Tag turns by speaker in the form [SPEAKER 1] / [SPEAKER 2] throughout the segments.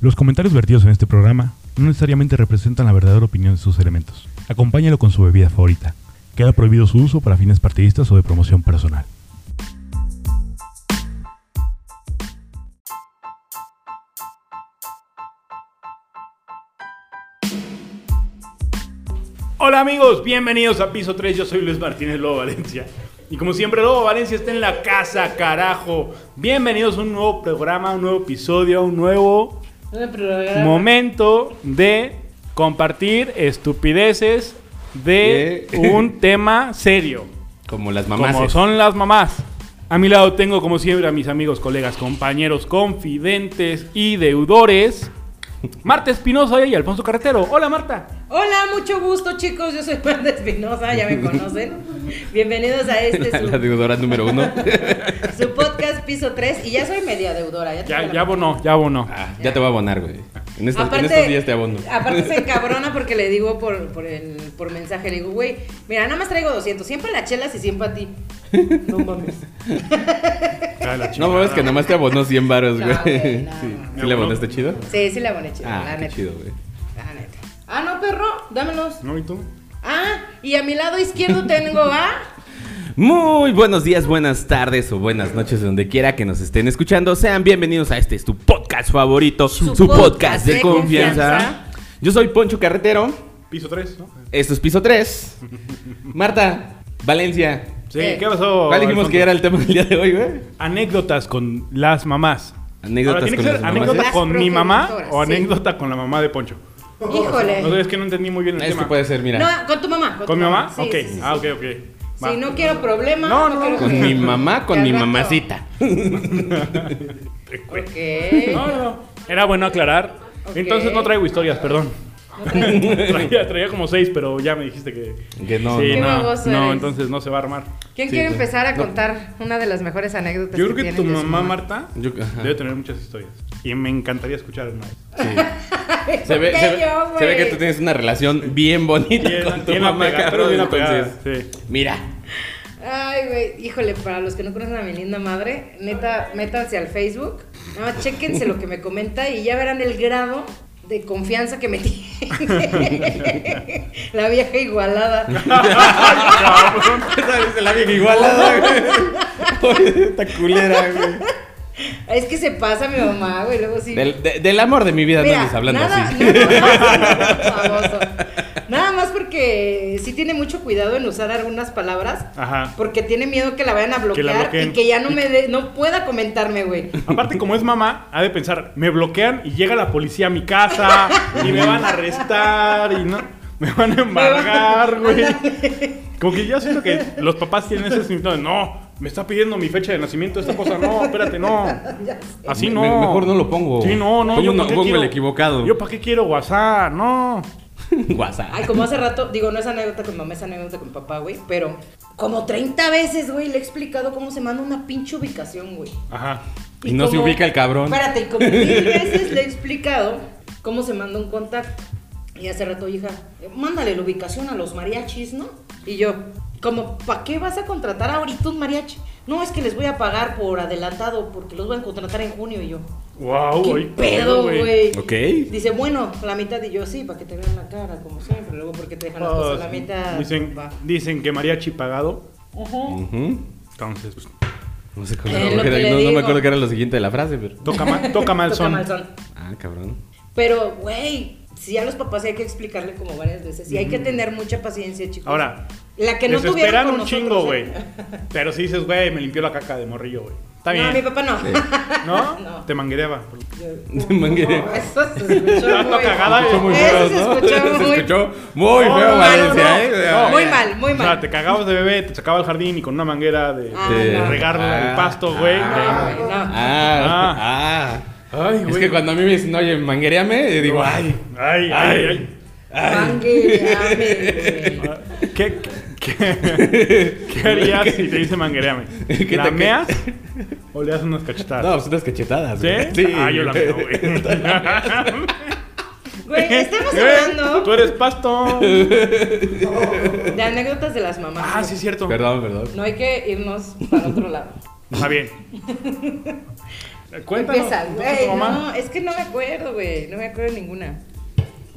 [SPEAKER 1] Los comentarios vertidos en este programa no necesariamente representan la verdadera opinión de sus elementos. Acompáñalo con su bebida favorita. Queda prohibido su uso para fines partidistas o de promoción personal.
[SPEAKER 2] Hola amigos, bienvenidos a Piso 3, yo soy Luis Martínez Lobo Valencia. Y como siempre, Lobo Valencia está en la casa, carajo. Bienvenidos a un nuevo programa, un nuevo episodio, un nuevo momento de compartir estupideces de
[SPEAKER 3] De-
[SPEAKER 2] un tema serio.
[SPEAKER 3] Como las mamás. eh.
[SPEAKER 2] Como son las mamás. A mi lado tengo, como siempre, a mis amigos, colegas, compañeros, confidentes y deudores. Marta Espinosa y Alfonso Carretero. Hola Marta.
[SPEAKER 4] Hola, mucho gusto chicos, yo soy Marta Espinosa, ya me conocen. Bienvenidos a este
[SPEAKER 3] La,
[SPEAKER 4] su,
[SPEAKER 3] la deudora número uno.
[SPEAKER 4] su podcast Piso 3 y ya soy media deudora. Ya,
[SPEAKER 2] Ya,
[SPEAKER 4] tengo
[SPEAKER 2] ya
[SPEAKER 4] la-
[SPEAKER 2] abonó, ya abonó.
[SPEAKER 3] Ah, ya te voy a abonar, güey. En, estas- en estos días te abono.
[SPEAKER 4] aparte se encabrona porque le digo por, por, el- por mensaje, le digo, güey, mira, nada más traigo 200, siempre a la chelas y siempre a ti. No mames.
[SPEAKER 2] Ah, la
[SPEAKER 3] No
[SPEAKER 2] chingada.
[SPEAKER 3] mames que nada más te abonó 100 varos,
[SPEAKER 4] No,
[SPEAKER 3] güey.
[SPEAKER 4] güey, no,
[SPEAKER 3] sí.
[SPEAKER 4] no.
[SPEAKER 3] ¿Sí le abonaste chido?
[SPEAKER 4] Sí, sí la aboné chido,
[SPEAKER 3] Ah,
[SPEAKER 4] la
[SPEAKER 3] qué
[SPEAKER 4] neta.
[SPEAKER 3] chido, güey.
[SPEAKER 4] La neta. Ah, no, perro, dámelos.
[SPEAKER 2] ¿No? ¿Y tú?
[SPEAKER 4] Ah, y a mi lado izquierdo tengo a...
[SPEAKER 3] Muy buenos días, buenas tardes o buenas noches, donde quiera que nos estén escuchando. Sean bienvenidos a este, es tu podcast favorito, su,
[SPEAKER 4] Su
[SPEAKER 3] podcast,
[SPEAKER 4] podcast
[SPEAKER 3] de,
[SPEAKER 4] de
[SPEAKER 3] confianza.
[SPEAKER 4] confianza.
[SPEAKER 3] Yo soy Poncho Carretero,
[SPEAKER 2] Piso 3, ¿no?
[SPEAKER 3] esto es Piso 3. Marta, Valencia.
[SPEAKER 2] Sí,
[SPEAKER 4] Eh,
[SPEAKER 2] ¿qué pasó?
[SPEAKER 3] ¿Cuál dijimos
[SPEAKER 2] Alfonso?
[SPEAKER 3] que era el tema del día de hoy, güey?
[SPEAKER 2] Anécdotas con las mamás.
[SPEAKER 3] Anécdotas
[SPEAKER 2] Ahora, ¿tiene
[SPEAKER 3] con
[SPEAKER 2] que
[SPEAKER 3] las
[SPEAKER 2] ser
[SPEAKER 3] mamás,
[SPEAKER 2] anécdota
[SPEAKER 4] ¿eh?
[SPEAKER 2] con
[SPEAKER 4] Las
[SPEAKER 2] mi mamá o
[SPEAKER 4] progenitoras, sí. Eh.
[SPEAKER 2] anécdota con la mamá de Poncho.
[SPEAKER 4] Híjole.
[SPEAKER 2] No sé, es que no entendí muy bien el
[SPEAKER 3] Es que
[SPEAKER 2] tema.
[SPEAKER 3] Este puede ser, mira.
[SPEAKER 4] No, con tu mamá.
[SPEAKER 2] ¿Con
[SPEAKER 4] tu
[SPEAKER 2] mi mamá?
[SPEAKER 4] Sí,
[SPEAKER 2] ok.
[SPEAKER 4] sí, sí,
[SPEAKER 2] ah,
[SPEAKER 4] sí.
[SPEAKER 2] ok, ok. Va.
[SPEAKER 4] Si no quiero problemas.
[SPEAKER 2] No, no,
[SPEAKER 4] quiero
[SPEAKER 2] no.
[SPEAKER 3] Con
[SPEAKER 4] que-
[SPEAKER 3] mi mamá,
[SPEAKER 4] que
[SPEAKER 3] con
[SPEAKER 4] al
[SPEAKER 3] mi
[SPEAKER 4] rato-
[SPEAKER 3] mamacita.
[SPEAKER 4] Ok.
[SPEAKER 2] No, no, no. Era bueno aclarar.
[SPEAKER 4] Ok.
[SPEAKER 2] Entonces no traigo historias, perdón.
[SPEAKER 4] No traes-
[SPEAKER 2] Traía, traía como seis, pero ya me dijiste que.
[SPEAKER 3] Que no,
[SPEAKER 2] Sí,
[SPEAKER 4] Qué
[SPEAKER 2] no,
[SPEAKER 4] baboso
[SPEAKER 2] no,
[SPEAKER 4] eres.
[SPEAKER 2] entonces no se va a armar.
[SPEAKER 4] ¿Quién
[SPEAKER 3] Sí,
[SPEAKER 4] quiere
[SPEAKER 3] sí.
[SPEAKER 4] empezar a
[SPEAKER 3] No.
[SPEAKER 4] contar una de las mejores anécdotas?
[SPEAKER 2] Yo creo que
[SPEAKER 4] tienen
[SPEAKER 2] tu
[SPEAKER 4] de su
[SPEAKER 2] mamá, Marta,
[SPEAKER 3] Yo- ajá.
[SPEAKER 2] debe tener muchas historias. Y me encantaría escuchar una vez.
[SPEAKER 3] Se ve,
[SPEAKER 4] ¿Por
[SPEAKER 3] se,
[SPEAKER 4] qué
[SPEAKER 3] ve-
[SPEAKER 4] yo, güey?
[SPEAKER 3] se ve que tú tienes una relación bien bonita
[SPEAKER 2] Bien-
[SPEAKER 3] con tu
[SPEAKER 2] bien
[SPEAKER 3] mamá,
[SPEAKER 2] apegada, pero
[SPEAKER 3] cabrón.
[SPEAKER 2] bien apegada,
[SPEAKER 3] entonces,
[SPEAKER 2] sí.
[SPEAKER 3] mira,
[SPEAKER 4] Ay, güey. Híjole, para los que no conocen a mi linda madre, neta, métanse al Facebook. Nada más chéquense lo que me comenta y ya verán el grado de confianza que me tiene. La vieja igualada.
[SPEAKER 3] ¿sabes? La vieja igualada, güey. Oye, Esta culera, güey.
[SPEAKER 4] Es que se pasa mi mamá, güey. Luego sí.
[SPEAKER 3] Del, de- del amor de mi vida
[SPEAKER 4] Mira,
[SPEAKER 3] no les hablando
[SPEAKER 4] nada,
[SPEAKER 3] así.
[SPEAKER 4] Nada, más, baboso. Nada más porque sí tiene mucho cuidado en usar algunas palabras.
[SPEAKER 2] Ajá.
[SPEAKER 4] Porque tiene miedo que la vayan a bloquear
[SPEAKER 2] bloqueen.
[SPEAKER 4] y que ya no me dé- no pueda comentarme, güey.
[SPEAKER 2] Aparte, como es mamá, ha de pensar, me bloquean y llega la policía a mi casa y me van a arrestar y no. Me van a embargar, güey. Como que ya siento que los papás tienen ese sentido de no, me está pidiendo mi fecha de nacimiento esta cosa, no, espérate, no. Así
[SPEAKER 3] Me-
[SPEAKER 2] no.
[SPEAKER 3] me- mejor no lo pongo.
[SPEAKER 2] Sí, no, no.
[SPEAKER 3] Pongo
[SPEAKER 2] yo
[SPEAKER 3] uno-
[SPEAKER 2] pa' qué
[SPEAKER 3] pongo el
[SPEAKER 2] quiero-
[SPEAKER 3] equivocado.
[SPEAKER 2] Yo para qué quiero WhatsApp, no.
[SPEAKER 3] WhatsApp.
[SPEAKER 4] Ay, como hace rato, digo, no es anécdota con mamá, es anécdota con papá, güey. Pero como 30 veces, güey, le he explicado cómo se manda una pinche ubicación, güey.
[SPEAKER 2] Ajá.
[SPEAKER 3] Y no se ubica el cabrón.
[SPEAKER 4] Espérate, y como mil veces le he explicado cómo se manda un contacto. Y hace rato, hija, mándale la ubicación a los mariachis, ¿no? Y yo, como, ¿para qué vas a contratar ahorita un mariachi? No, es que les voy a pagar por adelantado porque los voy a contratar en junio. Y yo,
[SPEAKER 3] Oh,
[SPEAKER 2] Wow,
[SPEAKER 4] ¿qué
[SPEAKER 2] güey.
[SPEAKER 4] pedo, güey?
[SPEAKER 3] Ok.
[SPEAKER 4] Dice, bueno, la mitad. Y yo, sí, para que te vean la cara, como siempre. Luego, porque te dejan las cosas
[SPEAKER 3] Oh,
[SPEAKER 4] a la mitad?
[SPEAKER 2] Ah, Dicen,
[SPEAKER 4] Va.
[SPEAKER 2] dicen que mariachi pagado.
[SPEAKER 4] Ujú.
[SPEAKER 3] Ujú.
[SPEAKER 2] Entonces, pues,
[SPEAKER 3] No sé cómo
[SPEAKER 4] Eh,
[SPEAKER 3] era-
[SPEAKER 4] lo que
[SPEAKER 3] no-
[SPEAKER 4] le
[SPEAKER 3] no, me
[SPEAKER 4] digo.
[SPEAKER 3] acuerdo qué era lo siguiente de la frase, pero.
[SPEAKER 2] toca, mal, toca mal
[SPEAKER 4] Toca
[SPEAKER 2] son.
[SPEAKER 4] mal son.
[SPEAKER 3] Ah, cabrón.
[SPEAKER 4] Pero, güey, si a los papás hay que explicarle como varias veces. Y hay que tener mucha paciencia, chicos.
[SPEAKER 2] Ahora,
[SPEAKER 4] la que no
[SPEAKER 2] Les
[SPEAKER 4] tuvieron
[SPEAKER 2] esperan
[SPEAKER 4] con
[SPEAKER 2] un
[SPEAKER 4] nosotros,
[SPEAKER 2] chingo,
[SPEAKER 4] ¿eh?
[SPEAKER 2] güey. Pero si dices, güey, me limpió la caca de morrillo, güey. Está
[SPEAKER 4] No, mi
[SPEAKER 2] bien.
[SPEAKER 4] papá no.
[SPEAKER 2] ¿No?
[SPEAKER 4] No.
[SPEAKER 2] Te manguereaba.
[SPEAKER 3] Mangué.
[SPEAKER 4] Eso se escuchó
[SPEAKER 2] Tanto
[SPEAKER 4] muy-
[SPEAKER 2] cagada,
[SPEAKER 3] Se escuchó muy
[SPEAKER 4] Eso
[SPEAKER 3] feo,
[SPEAKER 4] se
[SPEAKER 3] ¿no? Se
[SPEAKER 4] escuchó muy- Oh,
[SPEAKER 3] escuchó muy
[SPEAKER 2] No,
[SPEAKER 3] feo,
[SPEAKER 2] no,
[SPEAKER 3] Valencia,
[SPEAKER 2] no,
[SPEAKER 3] ¿eh?
[SPEAKER 2] no.
[SPEAKER 4] Muy mal, muy
[SPEAKER 2] O sea,
[SPEAKER 4] mal.
[SPEAKER 2] te cagabas de bebé, te sacaba al jardín y con una manguera de,
[SPEAKER 4] Ah,
[SPEAKER 2] de
[SPEAKER 4] no.
[SPEAKER 2] regar el pasto, güey.
[SPEAKER 4] Ah,
[SPEAKER 2] Ay,
[SPEAKER 4] güey, no.
[SPEAKER 3] Ah, ah. es que cuando a mí me dicen, oye, manguereame, yo digo, ay.
[SPEAKER 2] Ay, ay, ay.
[SPEAKER 4] Manguereame, güey.
[SPEAKER 2] ¿Qué, qué, qué harías si te dice manguereame?
[SPEAKER 3] ¿Qué
[SPEAKER 2] ¿La
[SPEAKER 3] te-
[SPEAKER 2] meas o le das unas
[SPEAKER 3] No,
[SPEAKER 2] cachetadas?
[SPEAKER 3] pues unas cachetadas,
[SPEAKER 2] ¿Sí?
[SPEAKER 3] güey.
[SPEAKER 2] Ah, yo la meo, güey.
[SPEAKER 4] Güey, estamos
[SPEAKER 2] Güey, Tú
[SPEAKER 4] hablando
[SPEAKER 2] eres pasto.
[SPEAKER 4] de anécdotas de las mamás.
[SPEAKER 2] Ah, sí, es cierto.
[SPEAKER 3] Perdón, perdón.
[SPEAKER 4] No hay que irnos para otro lado.
[SPEAKER 2] Está bien. Cuéntanos.
[SPEAKER 4] Empieza,
[SPEAKER 2] entonces,
[SPEAKER 4] güey.
[SPEAKER 2] tu mamá.
[SPEAKER 4] No, es que no me acuerdo, güey. No me acuerdo de ninguna.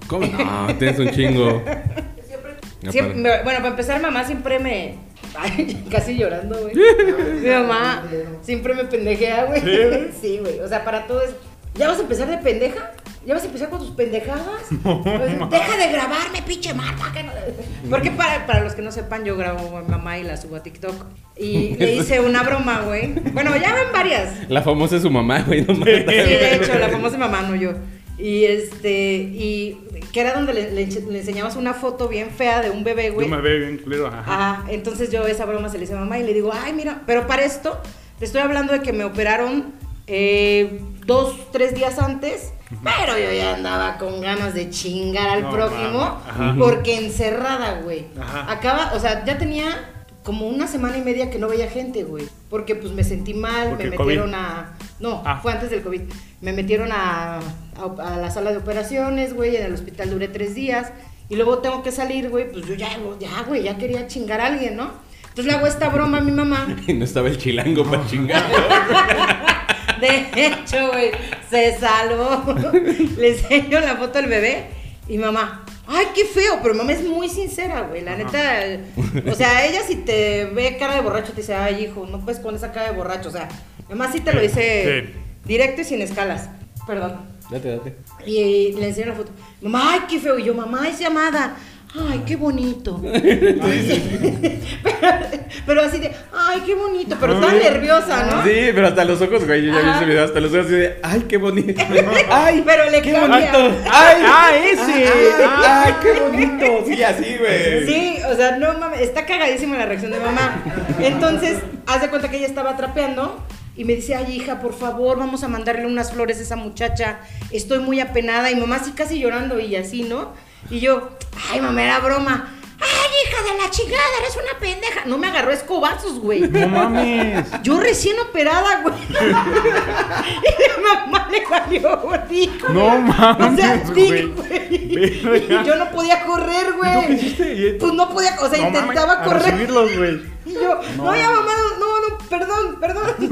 [SPEAKER 3] ¿Cómo? No, tienes un chingo.
[SPEAKER 4] Siempre-
[SPEAKER 3] Aparte.
[SPEAKER 4] me- bueno, para empezar, mamá siempre me. Ay, casi llorando, güey. Mi mamá siempre me pendejea, güey.
[SPEAKER 2] ¿Sí, güey?
[SPEAKER 4] Sí, güey. O sea, para todo es. ¿Ya vas a empezar de pendeja? ¿Ya vas a empezar con tus pendejadas? Pues, Deja de grabarme, pinche Marta. que no- Porque para, para los que no sepan, yo grabo a mi mamá y la subo a TikTok. Y le hice una broma, güey. Bueno, ya van varias.
[SPEAKER 3] La famosa es su mamá, güey, no
[SPEAKER 4] Sí,
[SPEAKER 3] mames.
[SPEAKER 4] de hecho, la famosa mamá, no yo. Y este, y que era donde le, le enche- le enseñabas una foto bien fea de un bebé,
[SPEAKER 2] Yo
[SPEAKER 4] güey. Ah.
[SPEAKER 2] me veo bien culero, ajá.
[SPEAKER 4] Ajá, entonces yo esa broma se le hice a mamá y le digo, ay, mira, pero para esto te estoy hablando de que me operaron eh, dos, tres días antes, pero yo ya andaba con ganas de chingar al
[SPEAKER 2] No
[SPEAKER 4] prójimo
[SPEAKER 2] mames, ajá.
[SPEAKER 4] porque encerrada, güey.
[SPEAKER 2] Ajá.
[SPEAKER 4] Acaba, o sea, ya tenía como una semana y media que no veía gente, güey, porque pues me sentí mal,
[SPEAKER 2] Porque
[SPEAKER 4] me
[SPEAKER 2] el
[SPEAKER 4] metieron
[SPEAKER 2] COVID.
[SPEAKER 4] a... No,
[SPEAKER 2] Ah.
[SPEAKER 4] fue antes del COVID. Me metieron a, a- a la sala de operaciones, güey, en el hospital duré tres días. Y luego tengo que salir, güey, pues yo ya, ya, güey, ya quería chingar a alguien, ¿no? Entonces le hago esta broma a mi mamá.
[SPEAKER 3] Y no estaba el chilango para chingar.
[SPEAKER 4] De hecho, güey, se salvó. Le enseño la foto del bebé y mamá, ay, qué feo, pero mamá es muy sincera, güey. La neta, o sea, ella si te ve cara de borracho te dice, ay, hijo, no puedes con esa cara de borracho. O sea, mamá sí te lo
[SPEAKER 2] Sí,
[SPEAKER 4] dice
[SPEAKER 2] sí.
[SPEAKER 4] directo y sin escalas. Perdón.
[SPEAKER 3] Date, date.
[SPEAKER 4] Y, y le enseño la foto. Mamá, ay, qué feo. Y yo, mamá, es llamada. Ay, qué bonito. pero, pero así de, ay, qué bonito. Pero estaba nerviosa, ¿no?
[SPEAKER 3] Sí, pero hasta los ojos, güey. Yo ya vi
[SPEAKER 4] Ajá.
[SPEAKER 3] ese video, hasta los ojos así de, ay, qué bonito. Ay,
[SPEAKER 4] pero le
[SPEAKER 3] qué
[SPEAKER 4] cambia.
[SPEAKER 3] bonito. Ay,
[SPEAKER 2] Ah, ese.
[SPEAKER 3] ay, ay, qué bonito. Sí, así, güey.
[SPEAKER 4] Sí, o sea, no mames, está cagadísima la reacción de mamá. Entonces, haz de cuenta que ella estaba trapeando y me dice, ay hija, por favor, vamos a mandarle unas flores a esa muchacha. Estoy muy apenada y mamá sí casi llorando y así, ¿no? Y yo, ay mamá, era broma. Ay hija de la chingada, eres una pendeja. No me agarró a escobazos, güey.
[SPEAKER 2] No mames.
[SPEAKER 4] Yo recién operada, güey. y mi mamá le valió gordito.
[SPEAKER 2] No mames,
[SPEAKER 4] O sea,
[SPEAKER 2] güey.
[SPEAKER 4] tic, güey. Y
[SPEAKER 2] Verga.
[SPEAKER 4] yo no podía correr,
[SPEAKER 2] ¿Y tú qué
[SPEAKER 4] güey.
[SPEAKER 2] hiciste? ¿Y-
[SPEAKER 4] Pues no podía, o sea,
[SPEAKER 2] No mames,
[SPEAKER 4] intentaba
[SPEAKER 2] a
[SPEAKER 4] correr.
[SPEAKER 2] recibirlos, güey.
[SPEAKER 4] Y yo, no, ya mamá, no, no, perdón, perdón. Y,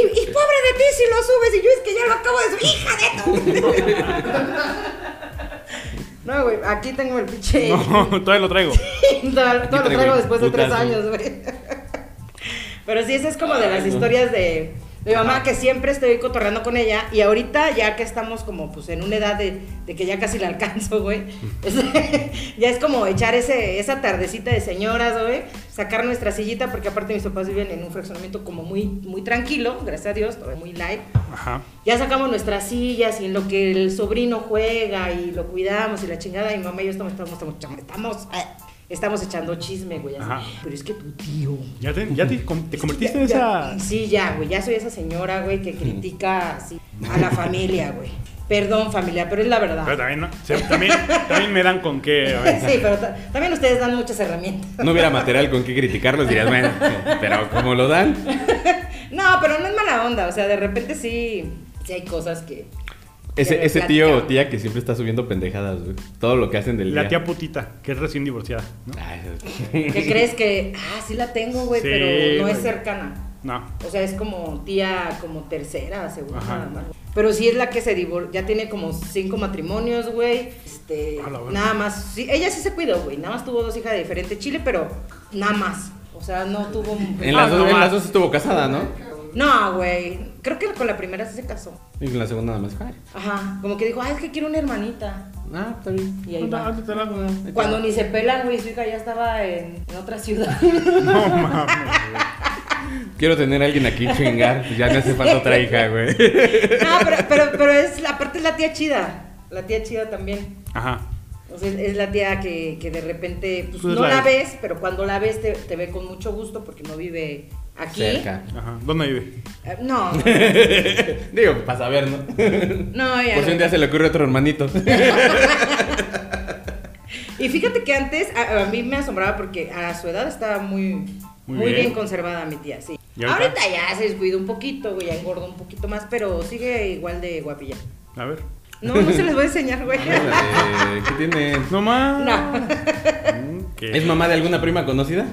[SPEAKER 4] y pobre de ti si lo subes. Y yo es que ya lo acabo de subir, hija de tu. no, güey, aquí tengo el pinche.
[SPEAKER 2] No, todavía lo traigo.
[SPEAKER 4] Todo, todo lo
[SPEAKER 3] traigo
[SPEAKER 4] traigo
[SPEAKER 3] el
[SPEAKER 4] después de tres
[SPEAKER 3] putazo.
[SPEAKER 4] años, güey. Pero sí, esa es como de las historias de de mi mamá que siempre estoy cotorreando con ella. Y ahorita, ya que estamos como pues en una edad de, de que ya casi la alcanzo, güey. es- ya es como echar ese, esa tardecita de señoras, güey. Sacar nuestra sillita, porque aparte mis papás viven en un fraccionamiento como muy, muy tranquilo, gracias a Dios, todo muy light.
[SPEAKER 2] Ajá.
[SPEAKER 4] Ya sacamos nuestras sillas y en lo que el sobrino juega y lo cuidamos y la chingada. Y mi mamá y yo estamos, estamos, estamos, estamos, estamos, ah, estamos echando chisme, güey. así.
[SPEAKER 2] Ajá.
[SPEAKER 4] Pero es que tu tío.
[SPEAKER 2] Ya te, ya te, com- te convertiste en
[SPEAKER 4] Ya- ya-
[SPEAKER 2] esa.
[SPEAKER 4] Sí, ya, güey. Ya soy esa señora, güey, que critica así a la familia, güey. Perdón, familia, pero es la
[SPEAKER 2] Pero
[SPEAKER 4] verdad.
[SPEAKER 2] también, ¿no? O sea, también, también me dan con qué. a ver.
[SPEAKER 4] Sí, pero ta- también ustedes dan muchas herramientas.
[SPEAKER 3] No hubiera material con qué criticarlos, dirías, bueno, pero como lo dan.
[SPEAKER 4] No, pero no es mala onda. O sea, de repente sí, sí hay cosas que.
[SPEAKER 3] Ese,
[SPEAKER 4] Pero
[SPEAKER 3] ese tío o
[SPEAKER 4] platica.
[SPEAKER 3] tía que siempre está subiendo pendejadas, güey. Todo lo que hacen del
[SPEAKER 2] La
[SPEAKER 3] día.
[SPEAKER 2] tía putita, que es recién divorciada. ¿no?
[SPEAKER 3] Ay,
[SPEAKER 4] que crees que. Ah, sí la tengo, güey,
[SPEAKER 2] Sí,
[SPEAKER 4] pero no es
[SPEAKER 2] güey.
[SPEAKER 4] cercana.
[SPEAKER 2] No.
[SPEAKER 4] O sea, es como tía, como tercera, según
[SPEAKER 2] Ajá.
[SPEAKER 4] nada más. Pero sí es la que se divorció, ya tiene como cinco matrimonios, güey. Este,
[SPEAKER 2] A la verga.
[SPEAKER 4] nada más. sí, ella sí se cuidó, güey. Nada más tuvo dos hijas de diferente Chile, pero nada más. O sea, no tuvo.
[SPEAKER 3] En las,
[SPEAKER 2] Ah,
[SPEAKER 3] dos,
[SPEAKER 2] no
[SPEAKER 3] en
[SPEAKER 2] más.
[SPEAKER 3] las dos estuvo casada, ¿no?
[SPEAKER 4] No, güey. Creo que con la primera sí se casó.
[SPEAKER 3] Y con la segunda nada más. Ay,
[SPEAKER 4] Ajá. Como que dijo, ah, es que quiero una hermanita.
[SPEAKER 3] ah, está bien.
[SPEAKER 4] Y ahí
[SPEAKER 2] Anda,
[SPEAKER 4] va.
[SPEAKER 2] ándate la- No
[SPEAKER 4] Cuando ni se pelan, güey, su hija ya estaba en, en otra ciudad.
[SPEAKER 2] mames.
[SPEAKER 3] Quiero tener a alguien aquí chingar. pues Ya me hace falta otra hija, güey.
[SPEAKER 4] no, pero, pero, pero es, la- aparte es la tía chida. La tía chida también.
[SPEAKER 2] Ajá.
[SPEAKER 4] O sea, es la tía que, que de repente pues,
[SPEAKER 2] Pues
[SPEAKER 4] no
[SPEAKER 2] la-
[SPEAKER 4] la ves, pero cuando la ves te, te ve con mucho gusto porque no vive aquí.
[SPEAKER 3] Cerca.
[SPEAKER 2] Ajá. ¿Dónde vive?
[SPEAKER 4] Eh, no,
[SPEAKER 3] Digo, pues, para saber, ¿no?
[SPEAKER 4] no, ya
[SPEAKER 3] Por si un
[SPEAKER 4] no.
[SPEAKER 3] día se le ocurre a otro hermanito.
[SPEAKER 4] Y fíjate que antes a, a mí me asombraba porque a su edad estaba muy,
[SPEAKER 2] Muy
[SPEAKER 4] muy,
[SPEAKER 2] bien.
[SPEAKER 4] bien. conservada mi tía, sí.
[SPEAKER 2] ¿Y ahorita?
[SPEAKER 4] ahorita? ya se descuidó un poquito, güey, ya engordó un poquito más, pero sigue igual de guapilla.
[SPEAKER 2] A ver.
[SPEAKER 4] No, no se les voy a enseñar, güey.
[SPEAKER 3] Eh, ¿Qué tiene?
[SPEAKER 2] No mames.
[SPEAKER 4] No.
[SPEAKER 2] ¿Qué?
[SPEAKER 3] ¿Es mamá de alguna prima conocida?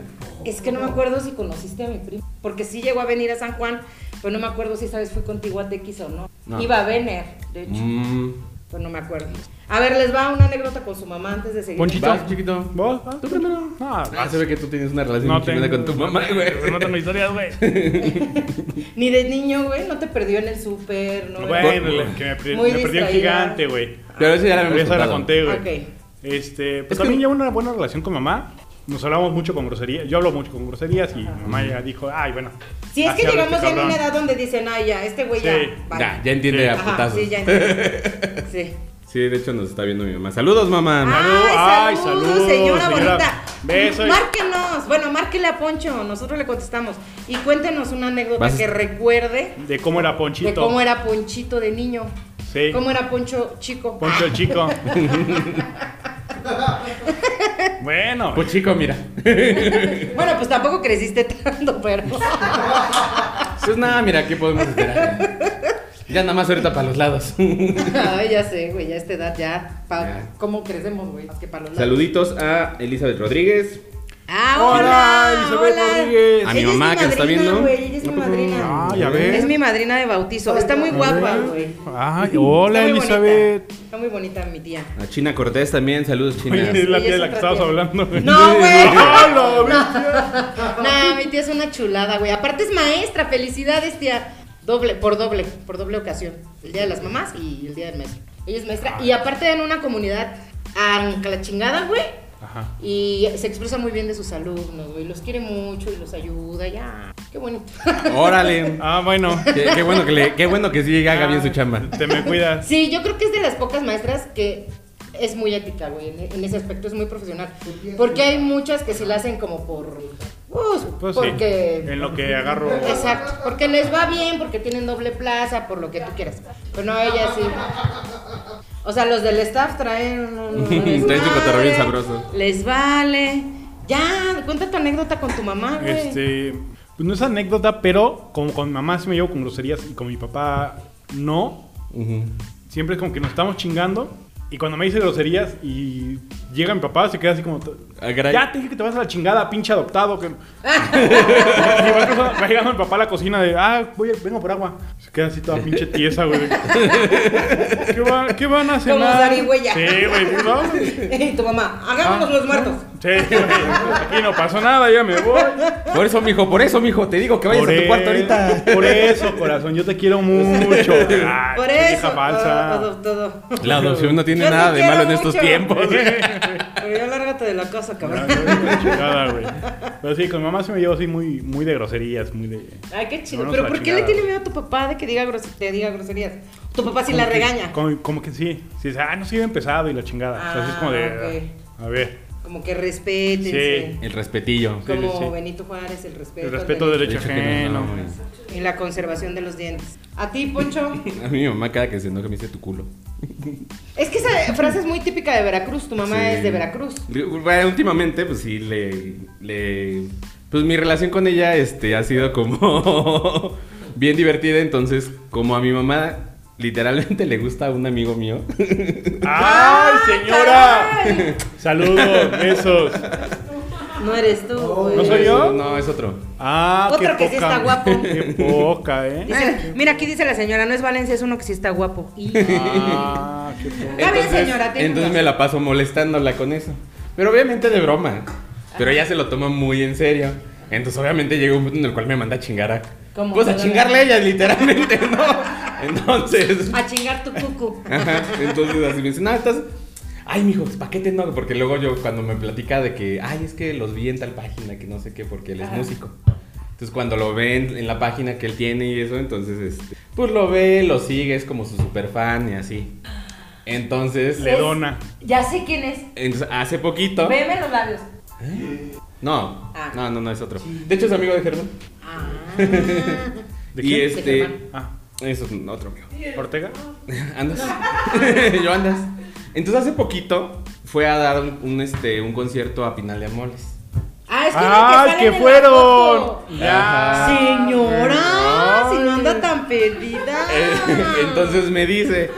[SPEAKER 4] Es que no me acuerdo si conociste a mi primo. Porque sí llegó a venir a San Juan, pero no me acuerdo si esa vez fui contigo a Tequis o no.
[SPEAKER 3] No.
[SPEAKER 4] Iba a venir, de hecho.
[SPEAKER 3] Mm.
[SPEAKER 4] Pues no me acuerdo. A ver, les va una anécdota con su mamá antes de seguir.
[SPEAKER 2] Ponchito.
[SPEAKER 3] Vas, chiquito.
[SPEAKER 2] ¿Vos? ¿Vas?
[SPEAKER 3] Tú primero.
[SPEAKER 2] No,
[SPEAKER 3] Ah, se ve que tú tienes una relación
[SPEAKER 2] no
[SPEAKER 3] muy chingona
[SPEAKER 2] tengo.
[SPEAKER 3] con tu mamá, güey.
[SPEAKER 2] No tengo historias, güey.
[SPEAKER 4] Ni de niño, güey, no te perdió en el súper, ¿no?
[SPEAKER 2] Bueno, la que me, per-
[SPEAKER 4] Muy
[SPEAKER 2] me perdí un
[SPEAKER 4] distraída.
[SPEAKER 2] gigante, güey.
[SPEAKER 3] Pero eso ya la habíamos
[SPEAKER 2] Esa la
[SPEAKER 3] contado.
[SPEAKER 2] conté, güey.
[SPEAKER 4] Ok.
[SPEAKER 2] Este, pues
[SPEAKER 3] Es que-
[SPEAKER 2] también llevo una buena relación con mamá. Nos hablamos mucho con groserías. Yo hablo mucho con groserías y mamá ya dijo, ay, bueno.
[SPEAKER 4] Si es
[SPEAKER 2] así
[SPEAKER 4] que
[SPEAKER 2] habla
[SPEAKER 4] llegamos
[SPEAKER 2] este
[SPEAKER 4] ya en
[SPEAKER 2] cabrón".
[SPEAKER 4] una edad donde dicen, ah, ya, este güey ya.
[SPEAKER 2] Sí.
[SPEAKER 4] vale".
[SPEAKER 3] Ya, ya entiende
[SPEAKER 2] Sí.
[SPEAKER 3] a
[SPEAKER 4] Ajá,
[SPEAKER 3] putazos.
[SPEAKER 4] sí, ya entiendo. Sí.
[SPEAKER 3] Sí, de hecho nos está viendo mi mamá. Saludos,
[SPEAKER 4] Ah.
[SPEAKER 3] mamá.
[SPEAKER 2] Salud, ay,
[SPEAKER 4] Ay,
[SPEAKER 2] saludos,
[SPEAKER 4] saludos, señora,
[SPEAKER 2] señora.
[SPEAKER 4] bonita.
[SPEAKER 2] Beso y-
[SPEAKER 4] Márquenos. Bueno, márquele a Poncho, nosotros le contestamos. Y cuéntenos una anécdota
[SPEAKER 3] Vas-
[SPEAKER 4] que recuerde
[SPEAKER 2] De cómo era Ponchito.
[SPEAKER 4] de cómo era Ponchito de niño.
[SPEAKER 2] Sí.
[SPEAKER 4] ¿Cómo era Poncho chico?
[SPEAKER 2] Poncho el chico. bueno.
[SPEAKER 3] Pues chico, mira.
[SPEAKER 4] Bueno, pues tampoco creciste tanto, pero.
[SPEAKER 3] Pues nada, mira, ¿qué podemos esperar? Ya nada más ahorita para los lados.
[SPEAKER 4] Ay, ya sé, güey, ya a esta edad ya. pa-
[SPEAKER 3] Ya.
[SPEAKER 4] ¿Cómo crecemos, güey? Más que para los lados.
[SPEAKER 3] Saluditos a Elizabeth Rodríguez.
[SPEAKER 4] Ah,
[SPEAKER 2] Hola,
[SPEAKER 4] hola,
[SPEAKER 2] Isabel Rodríguez.
[SPEAKER 3] A mi
[SPEAKER 4] Ella es
[SPEAKER 3] mamá que nos está
[SPEAKER 4] madrina,
[SPEAKER 3] viendo.
[SPEAKER 4] güey, ella es mi madrina.
[SPEAKER 2] Ay, a ver.
[SPEAKER 4] Es mi madrina de bautizo. Está muy guapa, güey.
[SPEAKER 2] Ay, hola,
[SPEAKER 4] Está muy
[SPEAKER 2] Elizabeth.
[SPEAKER 4] bonita. Está muy bonita mi tía.
[SPEAKER 3] A China Cortés también. Saludos, China.
[SPEAKER 2] Oye, es la
[SPEAKER 4] Ella
[SPEAKER 2] tía de
[SPEAKER 4] es
[SPEAKER 2] la que
[SPEAKER 4] otra
[SPEAKER 2] estabas
[SPEAKER 4] tía.
[SPEAKER 2] hablando. güey.
[SPEAKER 4] No, güey.
[SPEAKER 2] No, la
[SPEAKER 4] Nah, mi tía es una chulada, güey. Aparte es maestra. Felicidades, tía. Doble, por doble, por doble ocasión. El día de las mamás y el día del maestro. Ella es
[SPEAKER 2] Ah.
[SPEAKER 4] maestra. Y aparte en una comunidad ancla chingada, güey.
[SPEAKER 2] Ajá.
[SPEAKER 4] Y se expresa muy bien de sus alumnos, güey. Los quiere mucho y los ayuda. Ya. Qué bonito.
[SPEAKER 3] Órale.
[SPEAKER 2] Ah, bueno.
[SPEAKER 3] Qué, qué bueno que le- qué bueno que sí haga bien su chamba.
[SPEAKER 2] Te me cuidas.
[SPEAKER 4] Sí, yo creo que es de las pocas maestras que es muy ética, güey. En, en ese aspecto es muy profesional. Porque hay muchas que sí la hacen como por. pues,
[SPEAKER 2] Pues sí,
[SPEAKER 4] porque.
[SPEAKER 2] En lo que agarro.
[SPEAKER 4] Exacto, porque les va bien, porque tienen doble plaza, por lo que tú quieras. Pero no, ella sí. O sea, los del staff traen. un- un
[SPEAKER 3] Traen su
[SPEAKER 4] desmadre,
[SPEAKER 3] cotorreo bien sabroso.
[SPEAKER 4] Les vale. Ya, cuenta tu anécdota con tu mamá, güey.
[SPEAKER 2] Este, pues no es anécdota, pero como con mi mamá sí me llevo con groserías y con mi papá no.
[SPEAKER 3] Ujú.
[SPEAKER 2] Siempre es como que nos estamos chingando. Y cuando me dice groserías y llega mi papá, se queda así como.
[SPEAKER 3] Ah, caray.
[SPEAKER 2] Ya te dije que te vas a la chingada, pinche adoptado. Que... Y va, cruzando- va llegando mi papá a la cocina de, ah, voy, a- vengo por agua. Se queda así toda pinche tiesa, güey. ¿Qué, va- qué van a cenar?
[SPEAKER 4] zarigüeya.
[SPEAKER 2] Sí, Ah. güey. no,
[SPEAKER 4] Y tu mamá, hagámonos los muertos.
[SPEAKER 2] Sí, güey. Aquí no pasó nada, ya me voy.
[SPEAKER 3] Por eso, mijo, por eso, mijo, te digo que vayas a tu
[SPEAKER 2] e-
[SPEAKER 3] cuarto ahorita.
[SPEAKER 2] Por eso, corazón, yo te quiero mucho. Ay,
[SPEAKER 4] Por
[SPEAKER 2] vieja
[SPEAKER 4] eso.
[SPEAKER 2] falsa.
[SPEAKER 4] Todo, todo.
[SPEAKER 3] La adopción no tiene
[SPEAKER 4] Yo te
[SPEAKER 3] nada de
[SPEAKER 4] quiero
[SPEAKER 3] malo en estos
[SPEAKER 4] mucho.
[SPEAKER 3] tiempos.
[SPEAKER 4] Pero ya lárgate de la casa,
[SPEAKER 2] Ya,
[SPEAKER 4] cabrón.
[SPEAKER 2] güey, la chingada, güey. Pero sí, con mi mamá se me llevo así muy, muy de groserías, muy de.
[SPEAKER 4] Ay, qué chido.
[SPEAKER 2] No, no,
[SPEAKER 4] Pero
[SPEAKER 2] la
[SPEAKER 4] ¿por qué le
[SPEAKER 2] chingada.
[SPEAKER 4] tiene miedo a tu papá de que diga grose- te diga groserías? Tu papá sí la
[SPEAKER 2] como que-
[SPEAKER 4] regaña.
[SPEAKER 2] Como, como que sí. Sí, dice, ah, no sí, bien pesado y la chingada. o sea, así es como de. A ver.
[SPEAKER 4] Como que respétense.
[SPEAKER 2] Sí.
[SPEAKER 3] El respetillo.
[SPEAKER 2] Sí.
[SPEAKER 4] Como Benito Juárez, el respeto.
[SPEAKER 2] El
[SPEAKER 4] al
[SPEAKER 2] respeto del
[SPEAKER 3] De
[SPEAKER 2] derecho
[SPEAKER 3] hecho, que
[SPEAKER 2] ajeno.
[SPEAKER 3] nos vamos.
[SPEAKER 4] Benito. Y la conservación de los dientes. A ti, Poncho.
[SPEAKER 3] A mí mi mamá cada que se enoja me dice tu culo.
[SPEAKER 4] es que esa frase es muy típica de Veracruz. Tu mamá
[SPEAKER 3] Sí.
[SPEAKER 4] es de Veracruz.
[SPEAKER 3] Bueno, últimamente, pues sí, le, le- Pues mi relación con ella este, ha sido como bien divertida. Entonces, como a mi mamá literalmente le gusta un amigo mío.
[SPEAKER 2] ¡Ay, señora!
[SPEAKER 4] Ah, caray!
[SPEAKER 2] Saludos, besos.
[SPEAKER 4] No eres tú, güey.
[SPEAKER 2] ¿No soy yo?
[SPEAKER 3] No, es otro.
[SPEAKER 2] Ah,
[SPEAKER 4] Otro
[SPEAKER 2] qué
[SPEAKER 4] que sí
[SPEAKER 2] poca-
[SPEAKER 4] está guapo.
[SPEAKER 2] Qué poca, ¿eh?
[SPEAKER 4] Dice- mira, aquí dice la señora, no es Valencia, es uno que sí está guapo. Y-
[SPEAKER 2] Ah, qué poca.
[SPEAKER 4] Está bien, señora, tiene
[SPEAKER 3] entonces
[SPEAKER 4] razón.
[SPEAKER 3] me la paso molestándola con eso. Pero obviamente de broma. Pero ella se lo toma muy en serio. Entonces obviamente llega un punto en el cual me manda a chingar a...
[SPEAKER 4] ¿Cómo?
[SPEAKER 3] Pues a chingarle a ella, literalmente, ¿no? Entonces...
[SPEAKER 4] A chingar tu cucu.
[SPEAKER 3] Ajá, Entonces así me dicen, no, estás. Ay, mijo, ¿para qué te enojas? Porque luego yo, cuando me platica de que, ay, es que los vi en tal página, que no sé qué, porque él es
[SPEAKER 2] Ah.
[SPEAKER 4] Ajá.
[SPEAKER 3] músico. Entonces, cuando lo ven en la página que él tiene y eso, entonces, este, pues lo ve, lo sigue, es como su super fan y así. Entonces,
[SPEAKER 2] Le dona.
[SPEAKER 4] Ya sé quién es.
[SPEAKER 3] entonces, hace poquito.
[SPEAKER 4] Veme los labios.
[SPEAKER 3] No,
[SPEAKER 4] Ah.
[SPEAKER 3] no, no, no, es otro. De hecho, es amigo de Germán.
[SPEAKER 4] Ah.
[SPEAKER 2] ¿De
[SPEAKER 3] y
[SPEAKER 2] quién?
[SPEAKER 4] De
[SPEAKER 3] este.
[SPEAKER 4] Germán.
[SPEAKER 2] Ah,
[SPEAKER 3] Eso es otro amigo.
[SPEAKER 2] ¿Ortega?
[SPEAKER 3] Andas. Yo andas. Entonces hace poquito fue a dar un, un, este, un concierto a Pinal de Amoles.
[SPEAKER 4] Ah, es que,
[SPEAKER 2] ¡Ah,
[SPEAKER 4] es el que, sale
[SPEAKER 2] que
[SPEAKER 4] en la
[SPEAKER 2] fueron!
[SPEAKER 4] foto.
[SPEAKER 2] Ya.
[SPEAKER 4] Señora,
[SPEAKER 2] Ay.
[SPEAKER 4] si no anda tan perdida.
[SPEAKER 3] Eh, Entonces me dice,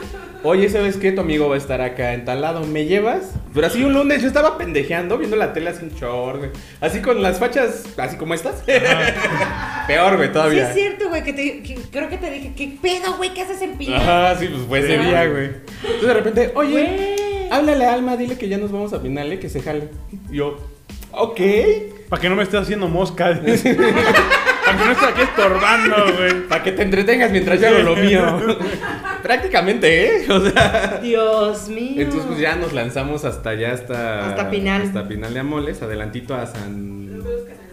[SPEAKER 3] Oye, ¿sabes qué? Tu amigo va a estar acá en tal lado, ¿me llevas? Pero así un lunes yo estaba pendejeando, viendo la tele así en short, güey. Así con las fachas, así como estas. Peor, güey,
[SPEAKER 4] Sí,
[SPEAKER 3] todavía.
[SPEAKER 4] es cierto, güey, que, te- que- creo que te dije, ¿qué pedo, güey? ¿Qué haces en Piña?
[SPEAKER 3] Ajá, sí, pues fue ese
[SPEAKER 4] Sí.
[SPEAKER 3] día, güey. Entonces de repente, oye,
[SPEAKER 4] Güey.
[SPEAKER 3] háblale a Alma, dile que ya nos vamos a Pinale, que se jale. Y Yo, ok.
[SPEAKER 2] Para que no me estés haciendo mosca. Para que no estés aquí estorbando, güey.
[SPEAKER 3] Para que te entretengas mientras yo hago lo mío. Prácticamente, ¿eh? O sea.
[SPEAKER 4] Dios mío.
[SPEAKER 3] Entonces pues ya nos lanzamos hasta allá, hasta...
[SPEAKER 4] Hasta Pinal.
[SPEAKER 3] Hasta Pinal de Amoles, adelantito a San...